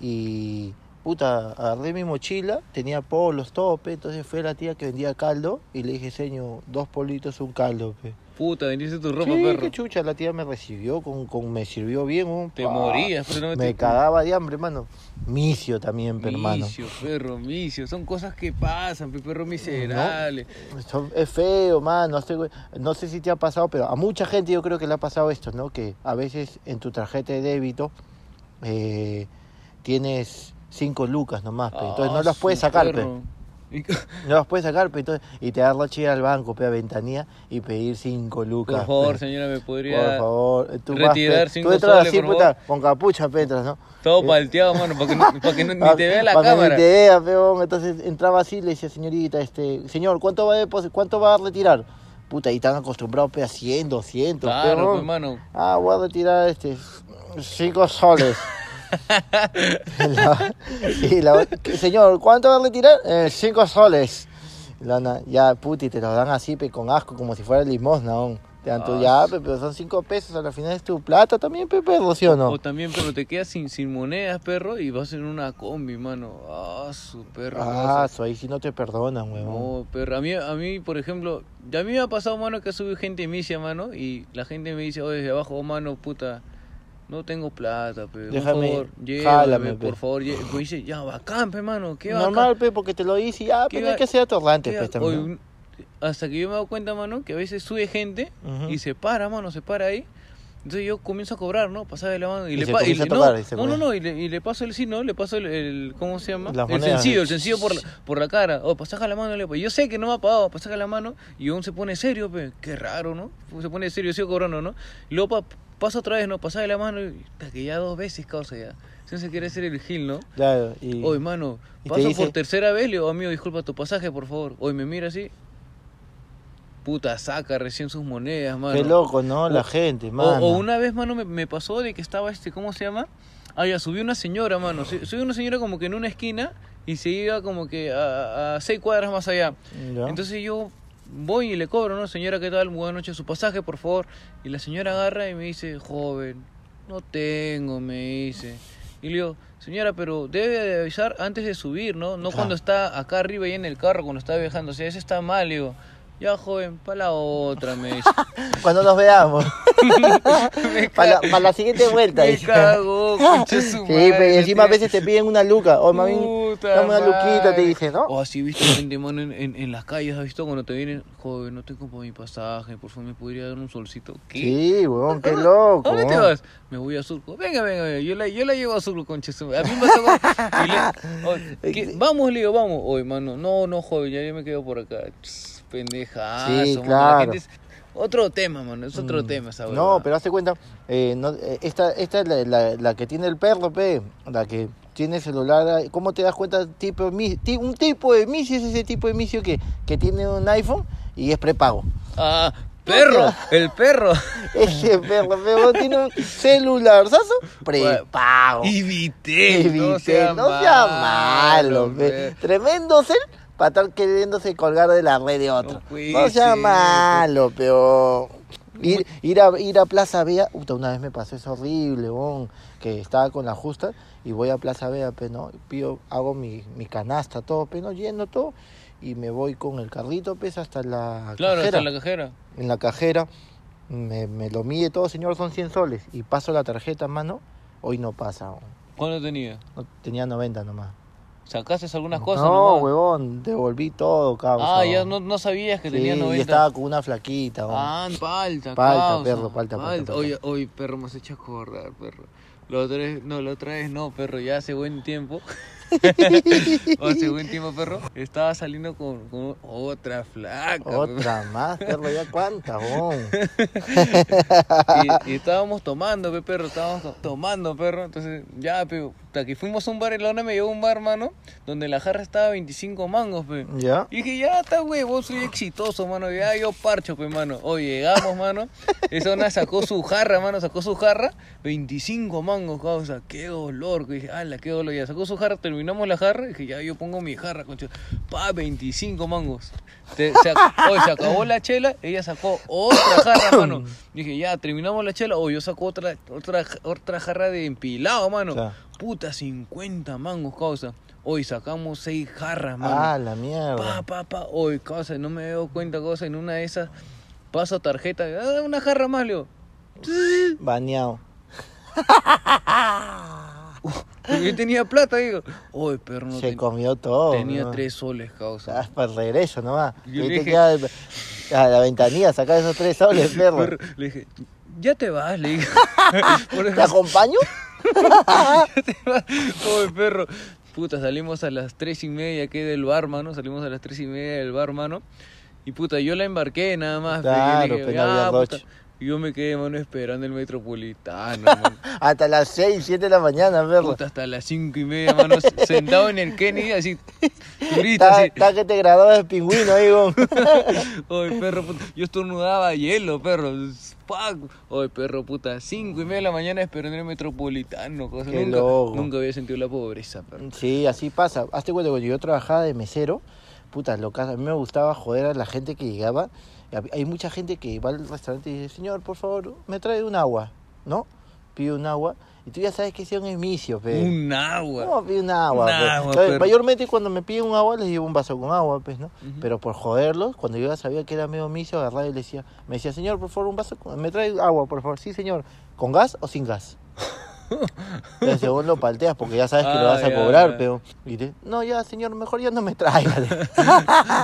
Speaker 2: y puta, agarré mi mochila, tenía polos, todo, pe, entonces fui a la tía que vendía caldo y le dije, señor, dos politos, un caldo, pe.
Speaker 1: Puta, vendiste tu ropa,
Speaker 2: sí,
Speaker 1: perro.
Speaker 2: qué chucha, la tía me recibió, con, con, me sirvió bien, un
Speaker 1: Te morías, pero no
Speaker 2: Me
Speaker 1: te-
Speaker 2: cagaba de hambre, hermano. Micio también, pe, hermano.
Speaker 1: Vicio, perro, vicio. Son cosas que pasan, pe, perro miserable.
Speaker 2: Son- es feo, mano. este güey- No sé si te ha pasado, pero a mucha gente yo creo que le ha pasado esto, ¿no? Que a veces en tu tarjeta de débito eh, tienes cinco lucas nomás, pe. Entonces no
Speaker 1: Ah,
Speaker 2: las puedes
Speaker 1: su
Speaker 2: sacar, pe.
Speaker 1: perro. Y-
Speaker 2: No los puedes sacar, pe, entonces, y te das la chida al banco, pe, a ventanilla, y pedir 5 lucas.
Speaker 1: Por favor,
Speaker 2: pe.
Speaker 1: señora, me
Speaker 2: Por
Speaker 1: podría.
Speaker 2: favor, eh, tú vas,
Speaker 1: retirar
Speaker 2: pe,
Speaker 1: cinco
Speaker 2: tú entras
Speaker 1: soles,
Speaker 2: así,
Speaker 1: por
Speaker 2: puta, con capucha, pe, entras, ¿no?
Speaker 1: Todo palteado, mano, para que, no- pa' que no- ni te vea la
Speaker 2: Pa' que ni
Speaker 1: cámara.
Speaker 2: te vea, pe, bon. entonces entraba así y le decía, señorita, este, señor, ¿cuánto va a, depos- cuánto va a retirar? Puta, y están acostumbrados, pe, a 100, 200, pe,
Speaker 1: Claro,
Speaker 2: bon.
Speaker 1: pues, mano.
Speaker 2: Ah, voy a retirar este 5 soles. La- y la- que, señor, ¿cuánto va a retirar? 5 soles. La na- ya, puti, te lo dan así, pe, con asco, como si fuera limosna. aún. Te dan tu
Speaker 1: Ah,
Speaker 2: ya, pe, pero son 5 pesos, al final es tu plata también, pe, perro, ¿sí o no?
Speaker 1: O también, pero te quedas sin, sin monedas, perro, y vas en una combi, mano. Ah, su perro.
Speaker 2: Ah, eso ahí sí no te perdonan, huevón.
Speaker 1: No, pero a mí, a mí, por ejemplo, ya a mí me ha pasado, mano, que ha subido gente misia, mano, y la gente me dice, oye, de abajo, oh, mano, puta, no tengo plata, pe, por
Speaker 2: Déjame,
Speaker 1: favor, llévame,
Speaker 2: jálame, pe".
Speaker 1: por favor, lle-". Pues dice, ya, bacán, pe, mano, qué bacán.
Speaker 2: Normal, pe, porque te lo dice, ya,
Speaker 1: Qué
Speaker 2: pero
Speaker 1: va-
Speaker 2: hay que ser atorrante,
Speaker 1: qué
Speaker 2: pe,
Speaker 1: ba- Oye,
Speaker 2: pues, también.
Speaker 1: un- hasta que yo me he dado cuenta, mano, que a veces sube gente
Speaker 2: Ujú.
Speaker 1: y se para, mano, se para ahí. Entonces yo comienzo a cobrar, ¿no? Pasaba de la mano y,
Speaker 2: Y
Speaker 1: le
Speaker 2: se
Speaker 1: pa- y
Speaker 2: comienza
Speaker 1: le-
Speaker 2: a tocar,
Speaker 1: no,
Speaker 2: y se
Speaker 1: no, no,
Speaker 2: comienza.
Speaker 1: no, y le, y le paso el sí, ¿no? Le paso el, el- ¿cómo se llama?
Speaker 2: Las
Speaker 1: el
Speaker 2: monedas.
Speaker 1: sencillo, el sencillo por la, por la cara. Oh, pasaja la mano, le pa- Yo sé que no me ha pagado, pasaja la mano y aún se pone serio, pe. Qué raro, ¿no? Se pone serio, sigo cobrando, ¿no? Y luego pa- pasa otra vez, ¿no? Pasaba de la mano y hasta que ya dos veces, causa ya. Si no se quiere hacer el gil, ¿no?
Speaker 2: Claro, y...
Speaker 1: Oye, mano,
Speaker 2: Y te
Speaker 1: paso
Speaker 2: dice-
Speaker 1: por tercera vez, le digo, "Ah, amigo, disculpa tu pasaje, por favor. Hoy me mira así. Puta, saca recién sus monedas, mano.
Speaker 2: Qué loco, ¿no?
Speaker 1: O-
Speaker 2: La gente,
Speaker 1: O,
Speaker 2: mano.
Speaker 1: o una vez, mano, me, me pasó de que estaba este, ¿cómo se llama? Ah, ya, subió una señora, mano. Su- Subió una señora como que en una esquina y se iba como que a, a seis cuadras más allá.
Speaker 2: Ya.
Speaker 1: Entonces yo voy y le cobro, ¿no? Señora, ¿qué tal? Buenas noches, su pasaje, por favor. Y la señora agarra y me dice, joven, no tengo, me dice. Y le digo, señora, pero debe de avisar antes de subir, ¿no? No
Speaker 2: Claro.
Speaker 1: cuando está acá arriba y en el carro, cuando está viajando. O sea, eso está mal, le digo. Ya, joven, pa' la otra, me dice.
Speaker 2: Cuando nos veamos.
Speaker 1: Me
Speaker 2: Para la,
Speaker 1: ca-
Speaker 2: pa' la siguiente vuelta.
Speaker 1: Me
Speaker 2: dice.
Speaker 1: cago, concha
Speaker 2: Sí,
Speaker 1: su
Speaker 2: pero
Speaker 1: madre,
Speaker 2: encima a
Speaker 1: tío.
Speaker 2: veces te piden una luca. O mami,
Speaker 1: Puta
Speaker 2: dame una luquita, te
Speaker 1: madre.
Speaker 2: dice, ¿no?
Speaker 1: O así, viste, gente, mano, en, en, en las calles, ¿has visto? Cuando te vienen, joven, no tengo para mi pasaje, por favor, ¿me podría dar un solcito? ¿Qué?
Speaker 2: Sí, weón, qué loco.
Speaker 1: ¿A Ah, dónde te
Speaker 2: weón.
Speaker 1: vas? Me voy a Surco. Venga, venga, venga. Yo la, yo la llevo a Surco, concha. su madre. A mí me tocó. y le- o- ¿qué? Vamos, le digo, vamos. Oye, mano, no, no, joven, ya yo me quedo por acá. Tss, Pendejazo,
Speaker 2: Sí,
Speaker 1: mano. La
Speaker 2: claro. Mm.
Speaker 1: gente es- Otro tema, mano, es otro tema esa
Speaker 2: No,
Speaker 1: huevada.
Speaker 2: pero hazte cuenta, eh, no, eh, esta, esta es la, la- la que tiene el perro, pe, la que tiene celular. ah, ¿Cómo te das cuenta? Tipo, de mi- ti- un tipo de misio es ese tipo de misio que, que tiene un iPhone y es prepago.
Speaker 1: Ah, perro, el perro.
Speaker 2: Ese perro, pe, weón, tiene un celular, Prepago.
Speaker 1: Y Vitel,
Speaker 2: Y dice, no sea malo, pe. Tremendo ser para estar queriéndose colgar de la red de otro.
Speaker 1: No puede
Speaker 2: No sea
Speaker 1: ser,
Speaker 2: malo, pero... Ir, ir, a, ir a Plaza Vea, puta, una vez me pasó eso horrible, bon, que estaba con la justa y voy a Plaza Vea, pero no, pido, hago mi, mi canasta, todo, pero no, lleno todo y me voy con el carrito, pues, hasta la
Speaker 1: Claro,
Speaker 2: cajera
Speaker 1: está la cajera.
Speaker 2: en la cajera, me, me lo mide todo, señor, son 100 soles, y paso la tarjeta, mano, hoy no pasa, weón.
Speaker 1: ¿Cuándo tenía?
Speaker 2: No, tenía 90 nomás.
Speaker 1: ¿Sacaste algunas cosas?
Speaker 2: No,
Speaker 1: nomás?
Speaker 2: huevón, devolví todo, cabrón.
Speaker 1: Ah, ya no, no sabías que tenía
Speaker 2: Sí,
Speaker 1: 90.
Speaker 2: Y estaba con una flaquita, huevón.
Speaker 1: Ah, palta,
Speaker 2: Palta,
Speaker 1: causa.
Speaker 2: perro, palta, palta, palta.
Speaker 1: Oye, oye, perro, me has hecho acordar, perro. La otra vez, no, la otra vez no, perro, ya hace buen tiempo. hace buen tiempo, perro. Estaba saliendo con, con otra flaca.
Speaker 2: Otra más, perro, ya cuánta, huevón.
Speaker 1: Y, y estábamos tomando, pe, perro, estábamos to- tomando, perro. Entonces, ya, pe, hasta que fuimos a un bar, y la una me llevó a un bar, mano, donde la jarra estaba a 25 mangos, pe.
Speaker 2: ¿Ya?
Speaker 1: Y dije, ya está, güey, vos soy exitoso, mano. Ya yo parcho, pues, mano. Hoy llegamos, mano. Esa una sacó su jarra, mano. Sacó su jarra. 25 mangos, causa. Qué dolor. que Dije, ala, qué dolor. Ya sacó su jarra. Terminamos la jarra. Dije, ya yo pongo mi jarra, concha. Pa, 25 mangos. Te- se, ac- hoy se acabó la chela. Ella sacó otra jarra, mano. Dije, ya terminamos la chela. O yo saco otra, otra, otra jarra de empilado, mano.
Speaker 2: Claro.
Speaker 1: Puta, 50 mangos, causa. Hoy sacamos seis jarras, mano.
Speaker 2: Ah, la mierda.
Speaker 1: Pa, pa, pa, hoy, cosa, no me doy cuenta, cosa, en una de esas paso tarjeta, ah, una jarra más, Leo.
Speaker 2: Baneado.
Speaker 1: Yo tenía plata, digo. Hoy, perro, no
Speaker 2: Ah. Se
Speaker 1: ten-
Speaker 2: comió todo.
Speaker 1: tenía
Speaker 2: huevón.
Speaker 1: tres soles,
Speaker 2: Ah,
Speaker 1: causa.
Speaker 2: para el regreso nomás.
Speaker 1: Yo le
Speaker 2: Y te
Speaker 1: dije-
Speaker 2: queda el- a la ventanilla, sacar esos tres soles, perro.
Speaker 1: Perro, Le dije, ya te vas, le dije. Por
Speaker 2: ¿Te
Speaker 1: eso,
Speaker 2: acompaño?
Speaker 1: ya te vas. Hoy, perro. Puta, salimos a las tres y media que del bar, mano. Salimos a las tres y media del bar, mano. Y puta, yo la embarqué nada más. pe, y le
Speaker 2: Claro,
Speaker 1: dije,
Speaker 2: pe, no había
Speaker 1: "Ah, puta".
Speaker 2: roche.
Speaker 1: Y Yo me quedé, mano, esperando el metropolitano, mano.
Speaker 2: Hasta las 6, 7 de la mañana, perro.
Speaker 1: Puta, hasta las cinco y media, mano, s- sentado en el Kenny, así, turista,
Speaker 2: Está,
Speaker 1: así.
Speaker 2: está que te graduabas de pingüino, digo.
Speaker 1: Oye, perro, puta, yo estornudaba hielo, perro. Fuck. Oye, perro, puta, cinco y media de la mañana esperando en el metropolitano, cosa.
Speaker 2: Qué
Speaker 1: Nunca,
Speaker 2: loco.
Speaker 1: nunca había sentido la pobreza, perro.
Speaker 2: Sí, así pasa. Hazte cuenta, cuando yo trabajaba de mesero, puta, locas, a mí me gustaba joder a la gente que llegaba. Y hab- Hay mucha gente que va al restaurante y dice, señor, por favor, me trae un agua, ¿no? Pide un agua. Y tú ya sabes que ese es un emicio, pe.
Speaker 1: Un agua.
Speaker 2: ¿Cómo pide un agua?
Speaker 1: Un
Speaker 2: pe?
Speaker 1: agua,
Speaker 2: Entonces,
Speaker 1: perro.
Speaker 2: mayormente cuando me piden un agua les llevo un vaso con agua, pues, ¿no?
Speaker 1: Ujú.
Speaker 2: Pero por joderlos, cuando yo ya sabía que era medio misio, agarraba y le decía, me decía, señor, por favor, un vaso, con- me trae agua, por favor. Sí, señor, ¿con gas o sin gas? Entonces, según lo palteas, porque ya sabes que lo
Speaker 1: Ah,
Speaker 2: vas a
Speaker 1: ya,
Speaker 2: cobrar,
Speaker 1: ya.
Speaker 2: pero... Y te, no, ya, señor, mejor ya no me traiga.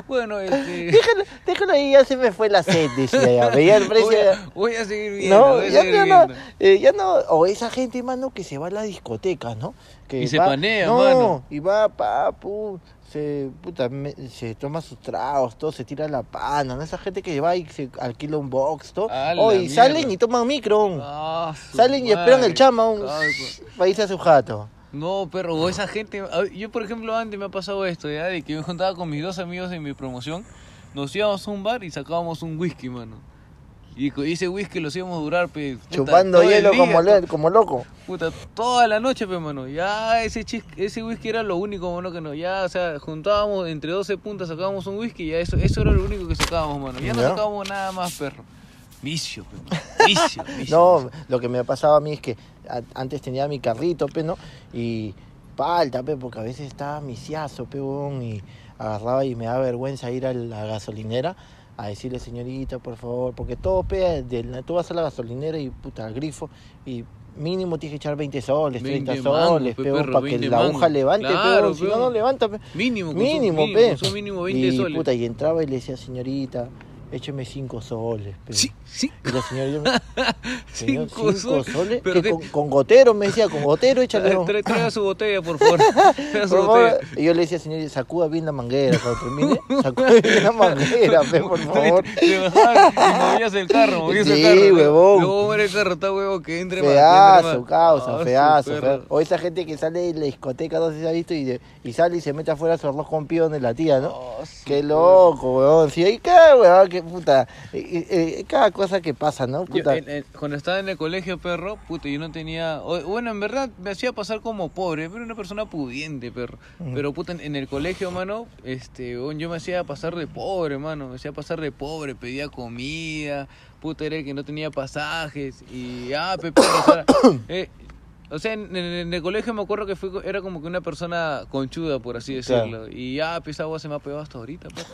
Speaker 1: Bueno, este.
Speaker 2: déjalo, déjalo ahí, ya se me fue la sed, decía ya. Veía el precio...
Speaker 1: Voy a,
Speaker 2: ya-
Speaker 1: voy a seguir viendo.
Speaker 2: No,
Speaker 1: voy a
Speaker 2: ya,
Speaker 1: seguir
Speaker 2: ya no,
Speaker 1: viendo.
Speaker 2: eh, ya no, o esa gente, mano, que se va a la discoteca, ¿no? Que
Speaker 1: Y se
Speaker 2: va-
Speaker 1: panea,
Speaker 2: no,
Speaker 1: mano.
Speaker 2: y va, pa, pu, se, puta, me- se toma sus tragos, todo, se tira la pana, ¿no? Esa gente que va y se alquila un box, todo.
Speaker 1: A la
Speaker 2: Oh, y
Speaker 1: mierda.
Speaker 2: salen y toman micro,
Speaker 1: Ah, su
Speaker 2: salen y esperan
Speaker 1: madre.
Speaker 2: el chama, un,
Speaker 1: Ay, pues.
Speaker 2: para irse a su jato.
Speaker 1: No, pero o esa gente. a- Yo, por ejemplo, antes me ha pasado esto, ¿ya? De que yo me juntaba con mis dos amigos en mi promoción. Nos íbamos a un bar y sacábamos un whisky, mano. Y co- ese whisky los íbamos a durar, pe. puta,
Speaker 2: Chupando
Speaker 1: todo el
Speaker 2: hielo
Speaker 1: día,
Speaker 2: como,
Speaker 1: to-
Speaker 2: lo- como loco.
Speaker 1: Puta, toda la noche, pe, mano. Ya ese, chis- ese whisky era lo único, mano, que nos. Ya, o sea, juntábamos entre 12 puntas, sacábamos un whisky y ya eso, eso era lo único que sacábamos, mano. Ya no
Speaker 2: Ya.
Speaker 1: sacábamos nada más, perro. Vicio, pe, mano. Vicio, vicio.
Speaker 2: No, lo que me pasaba a mí es que a- antes tenía mi carrito, pe, ¿no? Y palta, pe, porque a veces estaba misiazo, pe, huevón, y agarraba y me daba vergüenza ir a la gasolinera a decirle, señorita, por favor, porque todo, pe, de la- tú vas a la gasolinera y, puta, al grifo, y mínimo tienes que echar 20 soles, 30
Speaker 1: 20 mangos,
Speaker 2: soles,
Speaker 1: pe,
Speaker 2: pe, huevón,
Speaker 1: perro,
Speaker 2: para que
Speaker 1: 20
Speaker 2: la aguja
Speaker 1: mangos.
Speaker 2: levante, pe,
Speaker 1: Claro,
Speaker 2: huevón, si
Speaker 1: pe,
Speaker 2: no, no
Speaker 1: huevón.
Speaker 2: línimo,
Speaker 1: Mínimo, con
Speaker 2: pe.
Speaker 1: su-
Speaker 2: Mínimo,
Speaker 1: mínimo,
Speaker 2: pe.
Speaker 1: con su mínimo 20
Speaker 2: y,
Speaker 1: soles.
Speaker 2: Puta, y entraba y le decía, señorita, écheme 5 soles, pe.
Speaker 1: Sí, sí.
Speaker 2: Y la señora yo me- señor,
Speaker 1: Cinco
Speaker 2: cinco,
Speaker 1: soles.
Speaker 2: soles.
Speaker 1: Pero
Speaker 2: que
Speaker 1: qué-
Speaker 2: con, con gotero me decía, con gotero échale.
Speaker 1: Tra-
Speaker 2: un-
Speaker 1: tra- Traiga su botella, por favor. Traiga su
Speaker 2: por favor.
Speaker 1: botella.
Speaker 2: Y yo le decía, señor, sacuda bien la manguera cuando termine. Sacuda bien la manguera, pe, por favor.
Speaker 1: Te bajabas y movías el carro, movías el
Speaker 2: Sí,
Speaker 1: carro. ¿no?
Speaker 2: huevón.
Speaker 1: Luego muere el carro, está huevo que entre más, que entre
Speaker 2: Feazo,
Speaker 1: más.
Speaker 2: causa,
Speaker 1: Ah, su
Speaker 2: feazo,
Speaker 1: perra.
Speaker 2: feazo. O esa gente que sale de la discoteca, no sé si se ha visto, y, de- y sale y se mete afuera su arroz con pío de la tía, ¿no?
Speaker 1: Ah, su
Speaker 2: Qué
Speaker 1: perra.
Speaker 2: loco, weón. Sí, ahí cada weón, qué puta. Eh, eh, eh, cada cosa que pasa, ¿no?
Speaker 1: Yo, eh,
Speaker 2: Puta.
Speaker 1: en- en- cuando estaba en el colegio, perro, puta, yo no tenía. o- bueno, en verdad me hacía pasar como pobre, pero una persona pudiente, perro.
Speaker 2: Ujú.
Speaker 1: Pero puta, en, en el colegio, mano, este, weón, yo me hacía pasar de pobre, mano. Me hacía pasar de pobre, pedía comida, puta, era el que no tenía pasajes. Y, ah, pepe, o sea, eh, o sea, en, en- en el colegio me acuerdo que fui, co- era como que una persona conchuda, por así decirlo.
Speaker 2: Claro.
Speaker 1: Y ya, pues, esa agua se me ha pegado hasta ahorita, perro.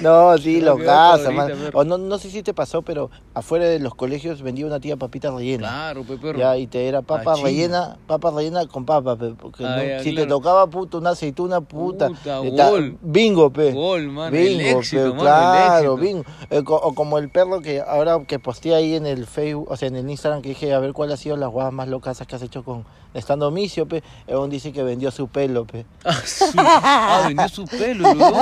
Speaker 2: No, sí,
Speaker 1: Creo
Speaker 2: lo
Speaker 1: que
Speaker 2: casa,
Speaker 1: ahorita,
Speaker 2: man.
Speaker 1: perro.
Speaker 2: O no, no sé si te pasó, pero afuera de los colegios vendía una tía papita rellena.
Speaker 1: Claro, pe, perro.
Speaker 2: Ya, y te era papa
Speaker 1: Achín.
Speaker 2: rellena, papa rellena con papa, pe, porque
Speaker 1: Ah,
Speaker 2: no-
Speaker 1: ya,
Speaker 2: si te
Speaker 1: claro.
Speaker 2: tocaba puta una aceituna puta,
Speaker 1: Puta,
Speaker 2: eh, ta-
Speaker 1: gol.
Speaker 2: bingo, pe.
Speaker 1: Gol, mano, el
Speaker 2: Bingo,
Speaker 1: éxito,
Speaker 2: pe,
Speaker 1: mano, el
Speaker 2: claro,
Speaker 1: éxito.
Speaker 2: bingo. Eh, co- o como el perro que ahora que posteé ahí en el Facebook, o sea, en el Instagram que dije, a ver cuál ha sido las guadas más locas que has hecho con estando micio, pe. Eh, un dice que vendió su pelo, pe.
Speaker 1: Ah, su, ah, vendió su pelo, weón.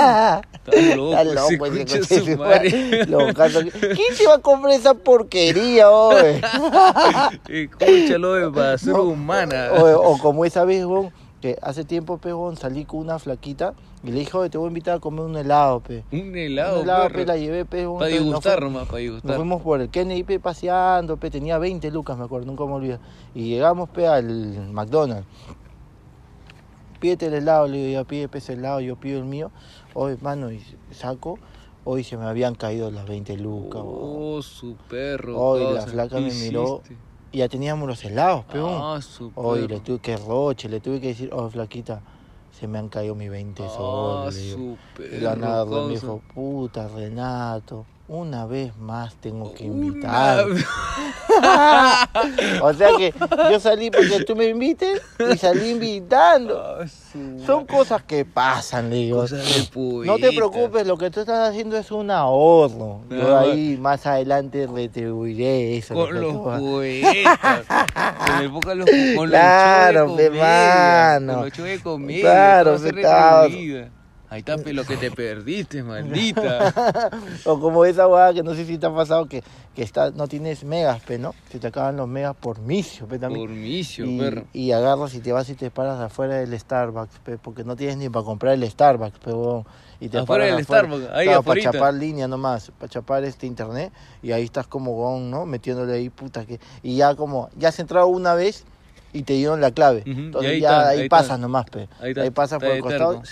Speaker 1: Está loco,
Speaker 2: Está loco,
Speaker 1: ese
Speaker 2: ese
Speaker 1: concha
Speaker 2: coche
Speaker 1: su
Speaker 2: de
Speaker 1: madre.
Speaker 2: madre. Locazo. ¿Quién se va a comprar esa porquería, oe?
Speaker 1: Escúchalo de basura humana.
Speaker 2: O, o como esa vez, weón, que hace tiempo, pe, weón, salí con una flaquita y le dije, oye, te voy a invitar a comer un helado, pe.
Speaker 1: Un helado,
Speaker 2: un helado,
Speaker 1: perro.
Speaker 2: pe, la llevé, pe, weón.
Speaker 1: Para
Speaker 2: pe, nos
Speaker 1: disgustar
Speaker 2: fu-
Speaker 1: nomás, para
Speaker 2: Nos
Speaker 1: disgustar.
Speaker 2: fuimos por el Kennedy, pe, paseando, pe, tenía 20 lucas, me acuerdo, nunca me olvido. Y llegamos, pe, al McDonald's. Pídete el helado, le digo, ya pide pe, ese helado, yo pido el mío. Hoy, mano, y saco, hoy se me habían caído las 20 lucas, weón.
Speaker 1: Oh, su perro.
Speaker 2: Oye, la
Speaker 1: causa,
Speaker 2: flaca
Speaker 1: ¿qué
Speaker 2: me miró.
Speaker 1: hiciste?
Speaker 2: Y ya teníamos los helados, peón.
Speaker 1: Ah, su perro.
Speaker 2: Oye, le tuve que roche, le tuve que decir, oh, flaquita, se me han caído mis 20
Speaker 1: Ah,
Speaker 2: soles. le digo.
Speaker 1: su
Speaker 2: Y la
Speaker 1: perro.
Speaker 2: nada, pues, me
Speaker 1: causa.
Speaker 2: dijo, puta, Renato, una vez más tengo que
Speaker 1: Una
Speaker 2: invitar.
Speaker 1: vez.
Speaker 2: o sea que yo salí porque tú me invites y salí invitando.
Speaker 1: Ah, su
Speaker 2: Son cosas que pasan, le digo.
Speaker 1: Cosas de
Speaker 2: No
Speaker 1: pubita.
Speaker 2: te preocupes, lo que tú estás haciendo es un ahorro. Yo
Speaker 1: Ah,
Speaker 2: ahí más adelante retribuiré eso. lo que
Speaker 1: Con
Speaker 2: tú
Speaker 1: los
Speaker 2: hagas.
Speaker 1: poetas. con el boca los con
Speaker 2: Claro,
Speaker 1: los
Speaker 2: pe,
Speaker 1: chubes de comedia.
Speaker 2: mano.
Speaker 1: Con los chubes de comedia.
Speaker 2: Claro,
Speaker 1: todo va a ser
Speaker 2: pe, claro.
Speaker 1: retribuida. Ahí está pe, lo que te perdiste, maldita.
Speaker 2: O como esa hueá que no sé si te ha pasado que, que está, no tienes megas, pe, ¿no? Se te acaban los megas por misio, pe, también.
Speaker 1: Por micio,
Speaker 2: y,
Speaker 1: perro.
Speaker 2: y agarras y te vas y te paras afuera del Starbucks, pe, porque no tienes ni para comprar el Starbucks, pe, huevón. Y te
Speaker 1: Afuera
Speaker 2: paras
Speaker 1: del Starbucks, ahí
Speaker 2: para
Speaker 1: afuerita.
Speaker 2: chapar línea nomás, para chapar este internet. Y ahí estás como huevón, ¿no? Metiéndole ahí, puta, que... Y ya como, ya has entrado una vez y te dieron la clave.
Speaker 1: Ujú, y
Speaker 2: Entonces
Speaker 1: ahí
Speaker 2: ya
Speaker 1: está,
Speaker 2: ahí,
Speaker 1: ahí está.
Speaker 2: pasas nomás, pe.
Speaker 1: Ahí
Speaker 2: Ahí,
Speaker 1: está,
Speaker 2: pasas
Speaker 1: está
Speaker 2: por el
Speaker 1: de
Speaker 2: costado.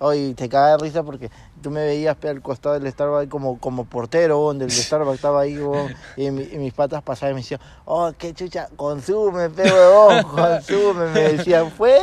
Speaker 2: Oye, te caga de risa porque tú me veías pe, al costado del Starbucks como, como portero, donde el Starbucks estaba ahí, huevón, y, mi- y mis patas pasaban y me decían, oh, qué chucha, consume, pe, huevón, consume, me decían, fuera,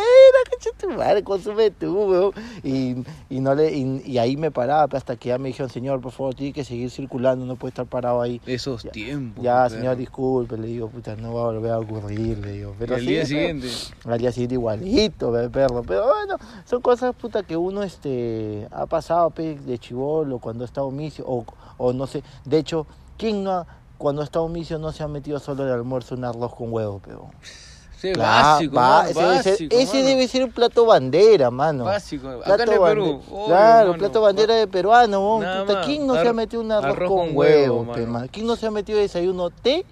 Speaker 2: cacha tu madre, consume tú, huevón, y, y no le, y, y ahí me paraba, pe, hasta que ya me dijeron, señor, por favor, tiene que seguir circulando, no puede estar parado ahí.
Speaker 1: Esos
Speaker 2: Ya,
Speaker 1: tiempos.
Speaker 2: Ya,
Speaker 1: perro.
Speaker 2: señor, disculpe, le digo, puta, no va a volver a ocurrir, le digo.
Speaker 1: Y
Speaker 2: Pero
Speaker 1: al
Speaker 2: sí,
Speaker 1: día
Speaker 2: pe,
Speaker 1: siguiente.
Speaker 2: al día siguiente igualito, pe, perro. Pero bueno, son cosas, puta, que uno este, ha pasado, pe, de chivolo, cuando ha estado misio, o, o no sé. De hecho, ¿quién no ha- cuando ha estado misio no se ha metido solo de almuerzo un arroz con huevo, pero
Speaker 1: Ese básico, mano,
Speaker 2: ese, debe ser-
Speaker 1: básico,
Speaker 2: ese
Speaker 1: mano.
Speaker 2: debe ser un plato bandera, mano.
Speaker 1: Básico. Acá
Speaker 2: Plato
Speaker 1: en el Perú.
Speaker 2: bande-
Speaker 1: obvio,
Speaker 2: claro,
Speaker 1: mano.
Speaker 2: plato bandera de peruano, bon,
Speaker 1: Nada
Speaker 2: puta,
Speaker 1: más.
Speaker 2: ¿quién no se
Speaker 1: Ar-
Speaker 2: ha metido un arroz,
Speaker 1: arroz
Speaker 2: con,
Speaker 1: con huevo,
Speaker 2: huevo, pe,
Speaker 1: mano?
Speaker 2: mano? ¿Quién no se ha metido desayuno té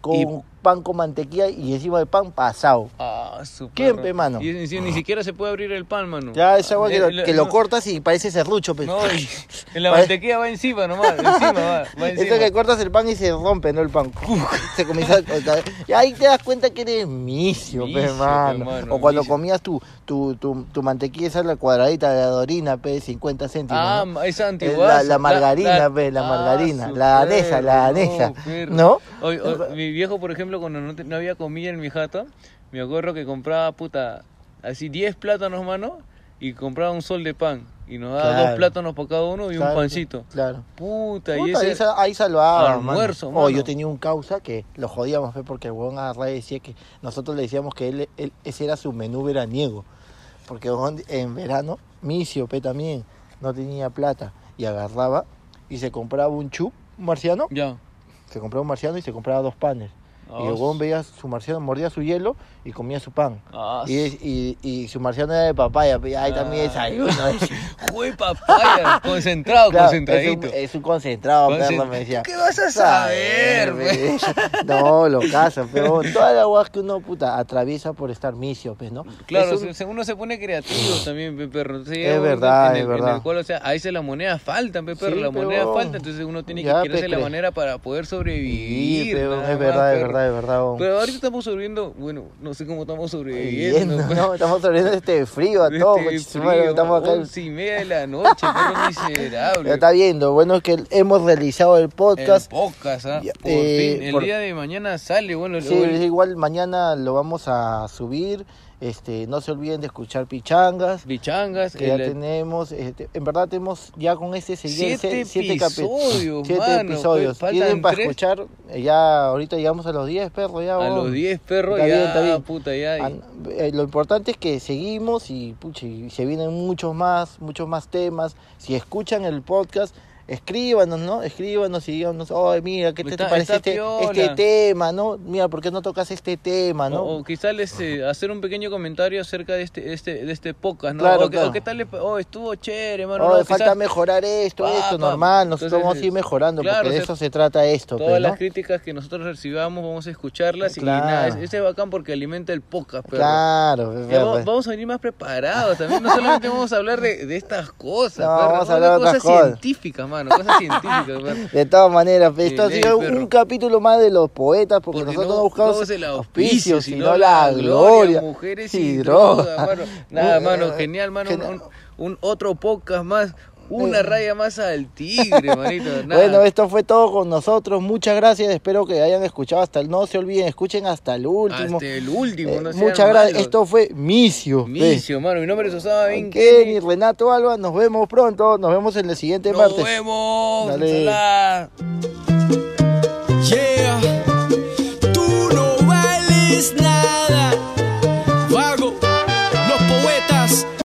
Speaker 2: con,
Speaker 1: Y-
Speaker 2: pan con mantequilla y encima del pan pasado.
Speaker 1: Ah, su
Speaker 2: ¿Quién,
Speaker 1: perro.
Speaker 2: pe, mano? Ah.
Speaker 1: Y, y- ni siquiera se puede abrir el pan, mano.
Speaker 2: Ya, esa agua que
Speaker 1: Ah,
Speaker 2: lo,
Speaker 1: eh,
Speaker 2: que lo
Speaker 1: no,
Speaker 2: cortas y parece serrucho, pues. pe.
Speaker 1: No, y- en la
Speaker 2: Pare-
Speaker 1: mantequilla va encima nomás, encima va, va encima.
Speaker 2: Eso que cortas el pan y se rompe, ¿no? El pan. se comienza a cortar. Y ahí te das cuenta que eres micio,
Speaker 1: Micio,
Speaker 2: pe,
Speaker 1: pe,
Speaker 2: mano.
Speaker 1: mano,
Speaker 2: O cuando
Speaker 1: micio.
Speaker 2: comías tu, tu, tu, tu mantequilla esa, la cuadradita de la dorina, pe, 50 céntimos.
Speaker 1: Ah,
Speaker 2: ¿no?
Speaker 1: esa
Speaker 2: Eh,
Speaker 1: antigua. Ah,
Speaker 2: La, la margarina, pe, la margarina. La danesa, la danesa. ¿No?
Speaker 1: mi viejo, por ejemplo, cuando no, te- no había comida en mi jato, me acuerdo que compraba, puta, así 10 plátanos, mano, y compraba un sol de pan. Y nos daba
Speaker 2: Claro.
Speaker 1: dos plátanos para cada uno y
Speaker 2: Claro,
Speaker 1: un pancito.
Speaker 2: Claro.
Speaker 1: Puta, y
Speaker 2: Puta,
Speaker 1: ese...
Speaker 2: ahí, sa- ahí salvaba.
Speaker 1: almuerzo,
Speaker 2: mano. Oh,
Speaker 1: mano.
Speaker 2: yo tenía un causa que lo jodíamos, pe, porque el huevón agarraba y decía que nosotros le decíamos que él, él- ese era su menú veraniego. Porque huevón, en verano, Micio, pe, también, no tenía plata. Y agarraba y se compraba un chup, un marciano.
Speaker 1: Ya.
Speaker 2: Se compraba un marciano y se compraba dos panes. y el
Speaker 1: Ah,
Speaker 2: huevón veía su marciano, mordía su hielo y comía su pan.
Speaker 1: ah,
Speaker 2: Y, es- y, y su marciano era de papaya, pe, ahí también
Speaker 1: Ah.
Speaker 2: desayuno. decía.
Speaker 1: Jue papaya, concentrado,
Speaker 2: Claro,
Speaker 1: concentradito.
Speaker 2: Es un, es un concentrado,
Speaker 1: Concent-
Speaker 2: perro, me decía.
Speaker 1: ¿Tú qué vas a saber, pues.
Speaker 2: Saber, pe? No, lo caso, pero toda la guas que uno puta atraviesa por estar misio, pues, ¿no?
Speaker 1: Claro,
Speaker 2: Es un-
Speaker 1: se- se- uno se pone creativo también, pe perro. Sí,
Speaker 2: Es
Speaker 1: uno
Speaker 2: verdad,
Speaker 1: en el,
Speaker 2: es
Speaker 1: en
Speaker 2: verdad.
Speaker 1: el cual, o sea, a veces las monedas faltan, pe perro.
Speaker 2: Sí,
Speaker 1: las
Speaker 2: pe,
Speaker 1: monedas
Speaker 2: huevón.
Speaker 1: faltan, entonces uno tiene que
Speaker 2: Ya, pe,
Speaker 1: crearse la
Speaker 2: cre-
Speaker 1: manera para poder
Speaker 2: Sí,
Speaker 1: sobrevivir.
Speaker 2: pero
Speaker 1: nada
Speaker 2: es
Speaker 1: más,
Speaker 2: verdad, es
Speaker 1: perro.
Speaker 2: verdad, es verdad. huevón.
Speaker 1: Pero ahorita estamos sobreviviendo, bueno, no sé cómo estamos sobreviviendo.
Speaker 2: Viviendo,
Speaker 1: pe.
Speaker 2: ¿no? Estamos sobreviviendo este frío a
Speaker 1: pues. Este
Speaker 2: todo,
Speaker 1: frío,
Speaker 2: conchetumare, estamos acá.
Speaker 1: once y media de la noche, perro miserable.
Speaker 2: Ya está viendo, bueno es que hemos realizado el podcast.
Speaker 1: El podcast, ¿ah?
Speaker 2: Ya,
Speaker 1: Por
Speaker 2: eh,
Speaker 1: fin. El
Speaker 2: por-
Speaker 1: día de mañana sale, bueno,
Speaker 2: Sí,
Speaker 1: el-
Speaker 2: igual mañana lo vamos a subir. Este, no se olviden de escuchar Pichangas.
Speaker 1: Bichangas,
Speaker 2: que ya
Speaker 1: el-
Speaker 2: tenemos, este, en verdad tenemos ya con este seguir
Speaker 1: Siete
Speaker 2: capi-
Speaker 1: episodios,
Speaker 2: siete
Speaker 1: mano, pues,
Speaker 2: episodios.
Speaker 1: faltan
Speaker 2: Tienen para
Speaker 1: tres.
Speaker 2: escuchar, eh, ya ahorita llegamos a los 10, perro, ya.
Speaker 1: a
Speaker 2: vos.
Speaker 1: los 10 perros,
Speaker 2: Está
Speaker 1: ya,
Speaker 2: bien, está bien.
Speaker 1: puta, ya. y-
Speaker 2: An- eh, Lo importante es que seguimos y, pucha, y se vienen muchos más, muchos más temas. Si escuchan el podcast, escríbanos, ¿no? Escríbanos y díganos, oh, mira, ¿qué te,
Speaker 1: Está-
Speaker 2: te parece
Speaker 1: está
Speaker 2: este,
Speaker 1: piola.
Speaker 2: este tema, no? Mira, ¿por qué no tocas este tema, no?
Speaker 1: O, o quizás les, eh, hacer un pequeño comentario acerca de este, este, de este podcast, ¿no?
Speaker 2: Claro,
Speaker 1: o, que-
Speaker 2: claro.
Speaker 1: o qué tal, le pa- oh, estuvo chévere, mano.
Speaker 2: Oh,
Speaker 1: no,
Speaker 2: falta
Speaker 1: quizás
Speaker 2: mejorar esto,
Speaker 1: Pa, pa.
Speaker 2: esto, normal, nosotros
Speaker 1: Entonces,
Speaker 2: vamos a ir mejorando,
Speaker 1: claro,
Speaker 2: porque de
Speaker 1: o sea,
Speaker 2: eso se trata esto,
Speaker 1: Todas
Speaker 2: pues, ¿no?
Speaker 1: las críticas que nosotros recibamos vamos a escucharlas y
Speaker 2: Claro.
Speaker 1: nada, es- ese es bacán porque alimenta el podcast, perro.
Speaker 2: Claro, pues,
Speaker 1: Ya
Speaker 2: perro.
Speaker 1: vamos, vamos a venir más preparados también, no solamente vamos a hablar de, de estas cosas,
Speaker 2: No,
Speaker 1: perro,
Speaker 2: vamos a hablar de otras
Speaker 1: cosas
Speaker 2: cosas.
Speaker 1: científicas, mano, cosas científicas, perro.
Speaker 2: De todas maneras, pues, esto ha
Speaker 1: ley,
Speaker 2: sido
Speaker 1: perro.
Speaker 2: un capítulo más de los poetas, porque,
Speaker 1: Porque
Speaker 2: nosotros
Speaker 1: no
Speaker 2: no buscamos
Speaker 1: buscamos el
Speaker 2: auspicio,
Speaker 1: auspicio,
Speaker 2: sino la gloria.
Speaker 1: Mujeres
Speaker 2: y
Speaker 1: y
Speaker 2: droga.
Speaker 1: droga, mano. Nada,
Speaker 2: Uh,
Speaker 1: mano, genial, mano. un-
Speaker 2: genial.
Speaker 1: Un, un otro podcast más, una raya más al tigre, manito. Nada.
Speaker 2: Eh. Bueno, esto fue todo con nosotros. Muchas gracias. Espero que hayan escuchado hasta el. No se olviden, escuchen hasta el último.
Speaker 1: Hasta el último,
Speaker 2: Eh,
Speaker 1: no sean
Speaker 2: muchas gracias.
Speaker 1: malos.
Speaker 2: Esto fue Micio. pues.
Speaker 1: Micio, mano. Mi nombre es Osama Bin
Speaker 2: Kenny,
Speaker 1: Kenny.
Speaker 2: Renato Alba. Nos vemos pronto. Nos vemos en el siguiente
Speaker 1: Nos
Speaker 2: martes.
Speaker 1: vemos.
Speaker 2: Dale.
Speaker 1: Salah.
Speaker 3: Yeah, tú no vales nada.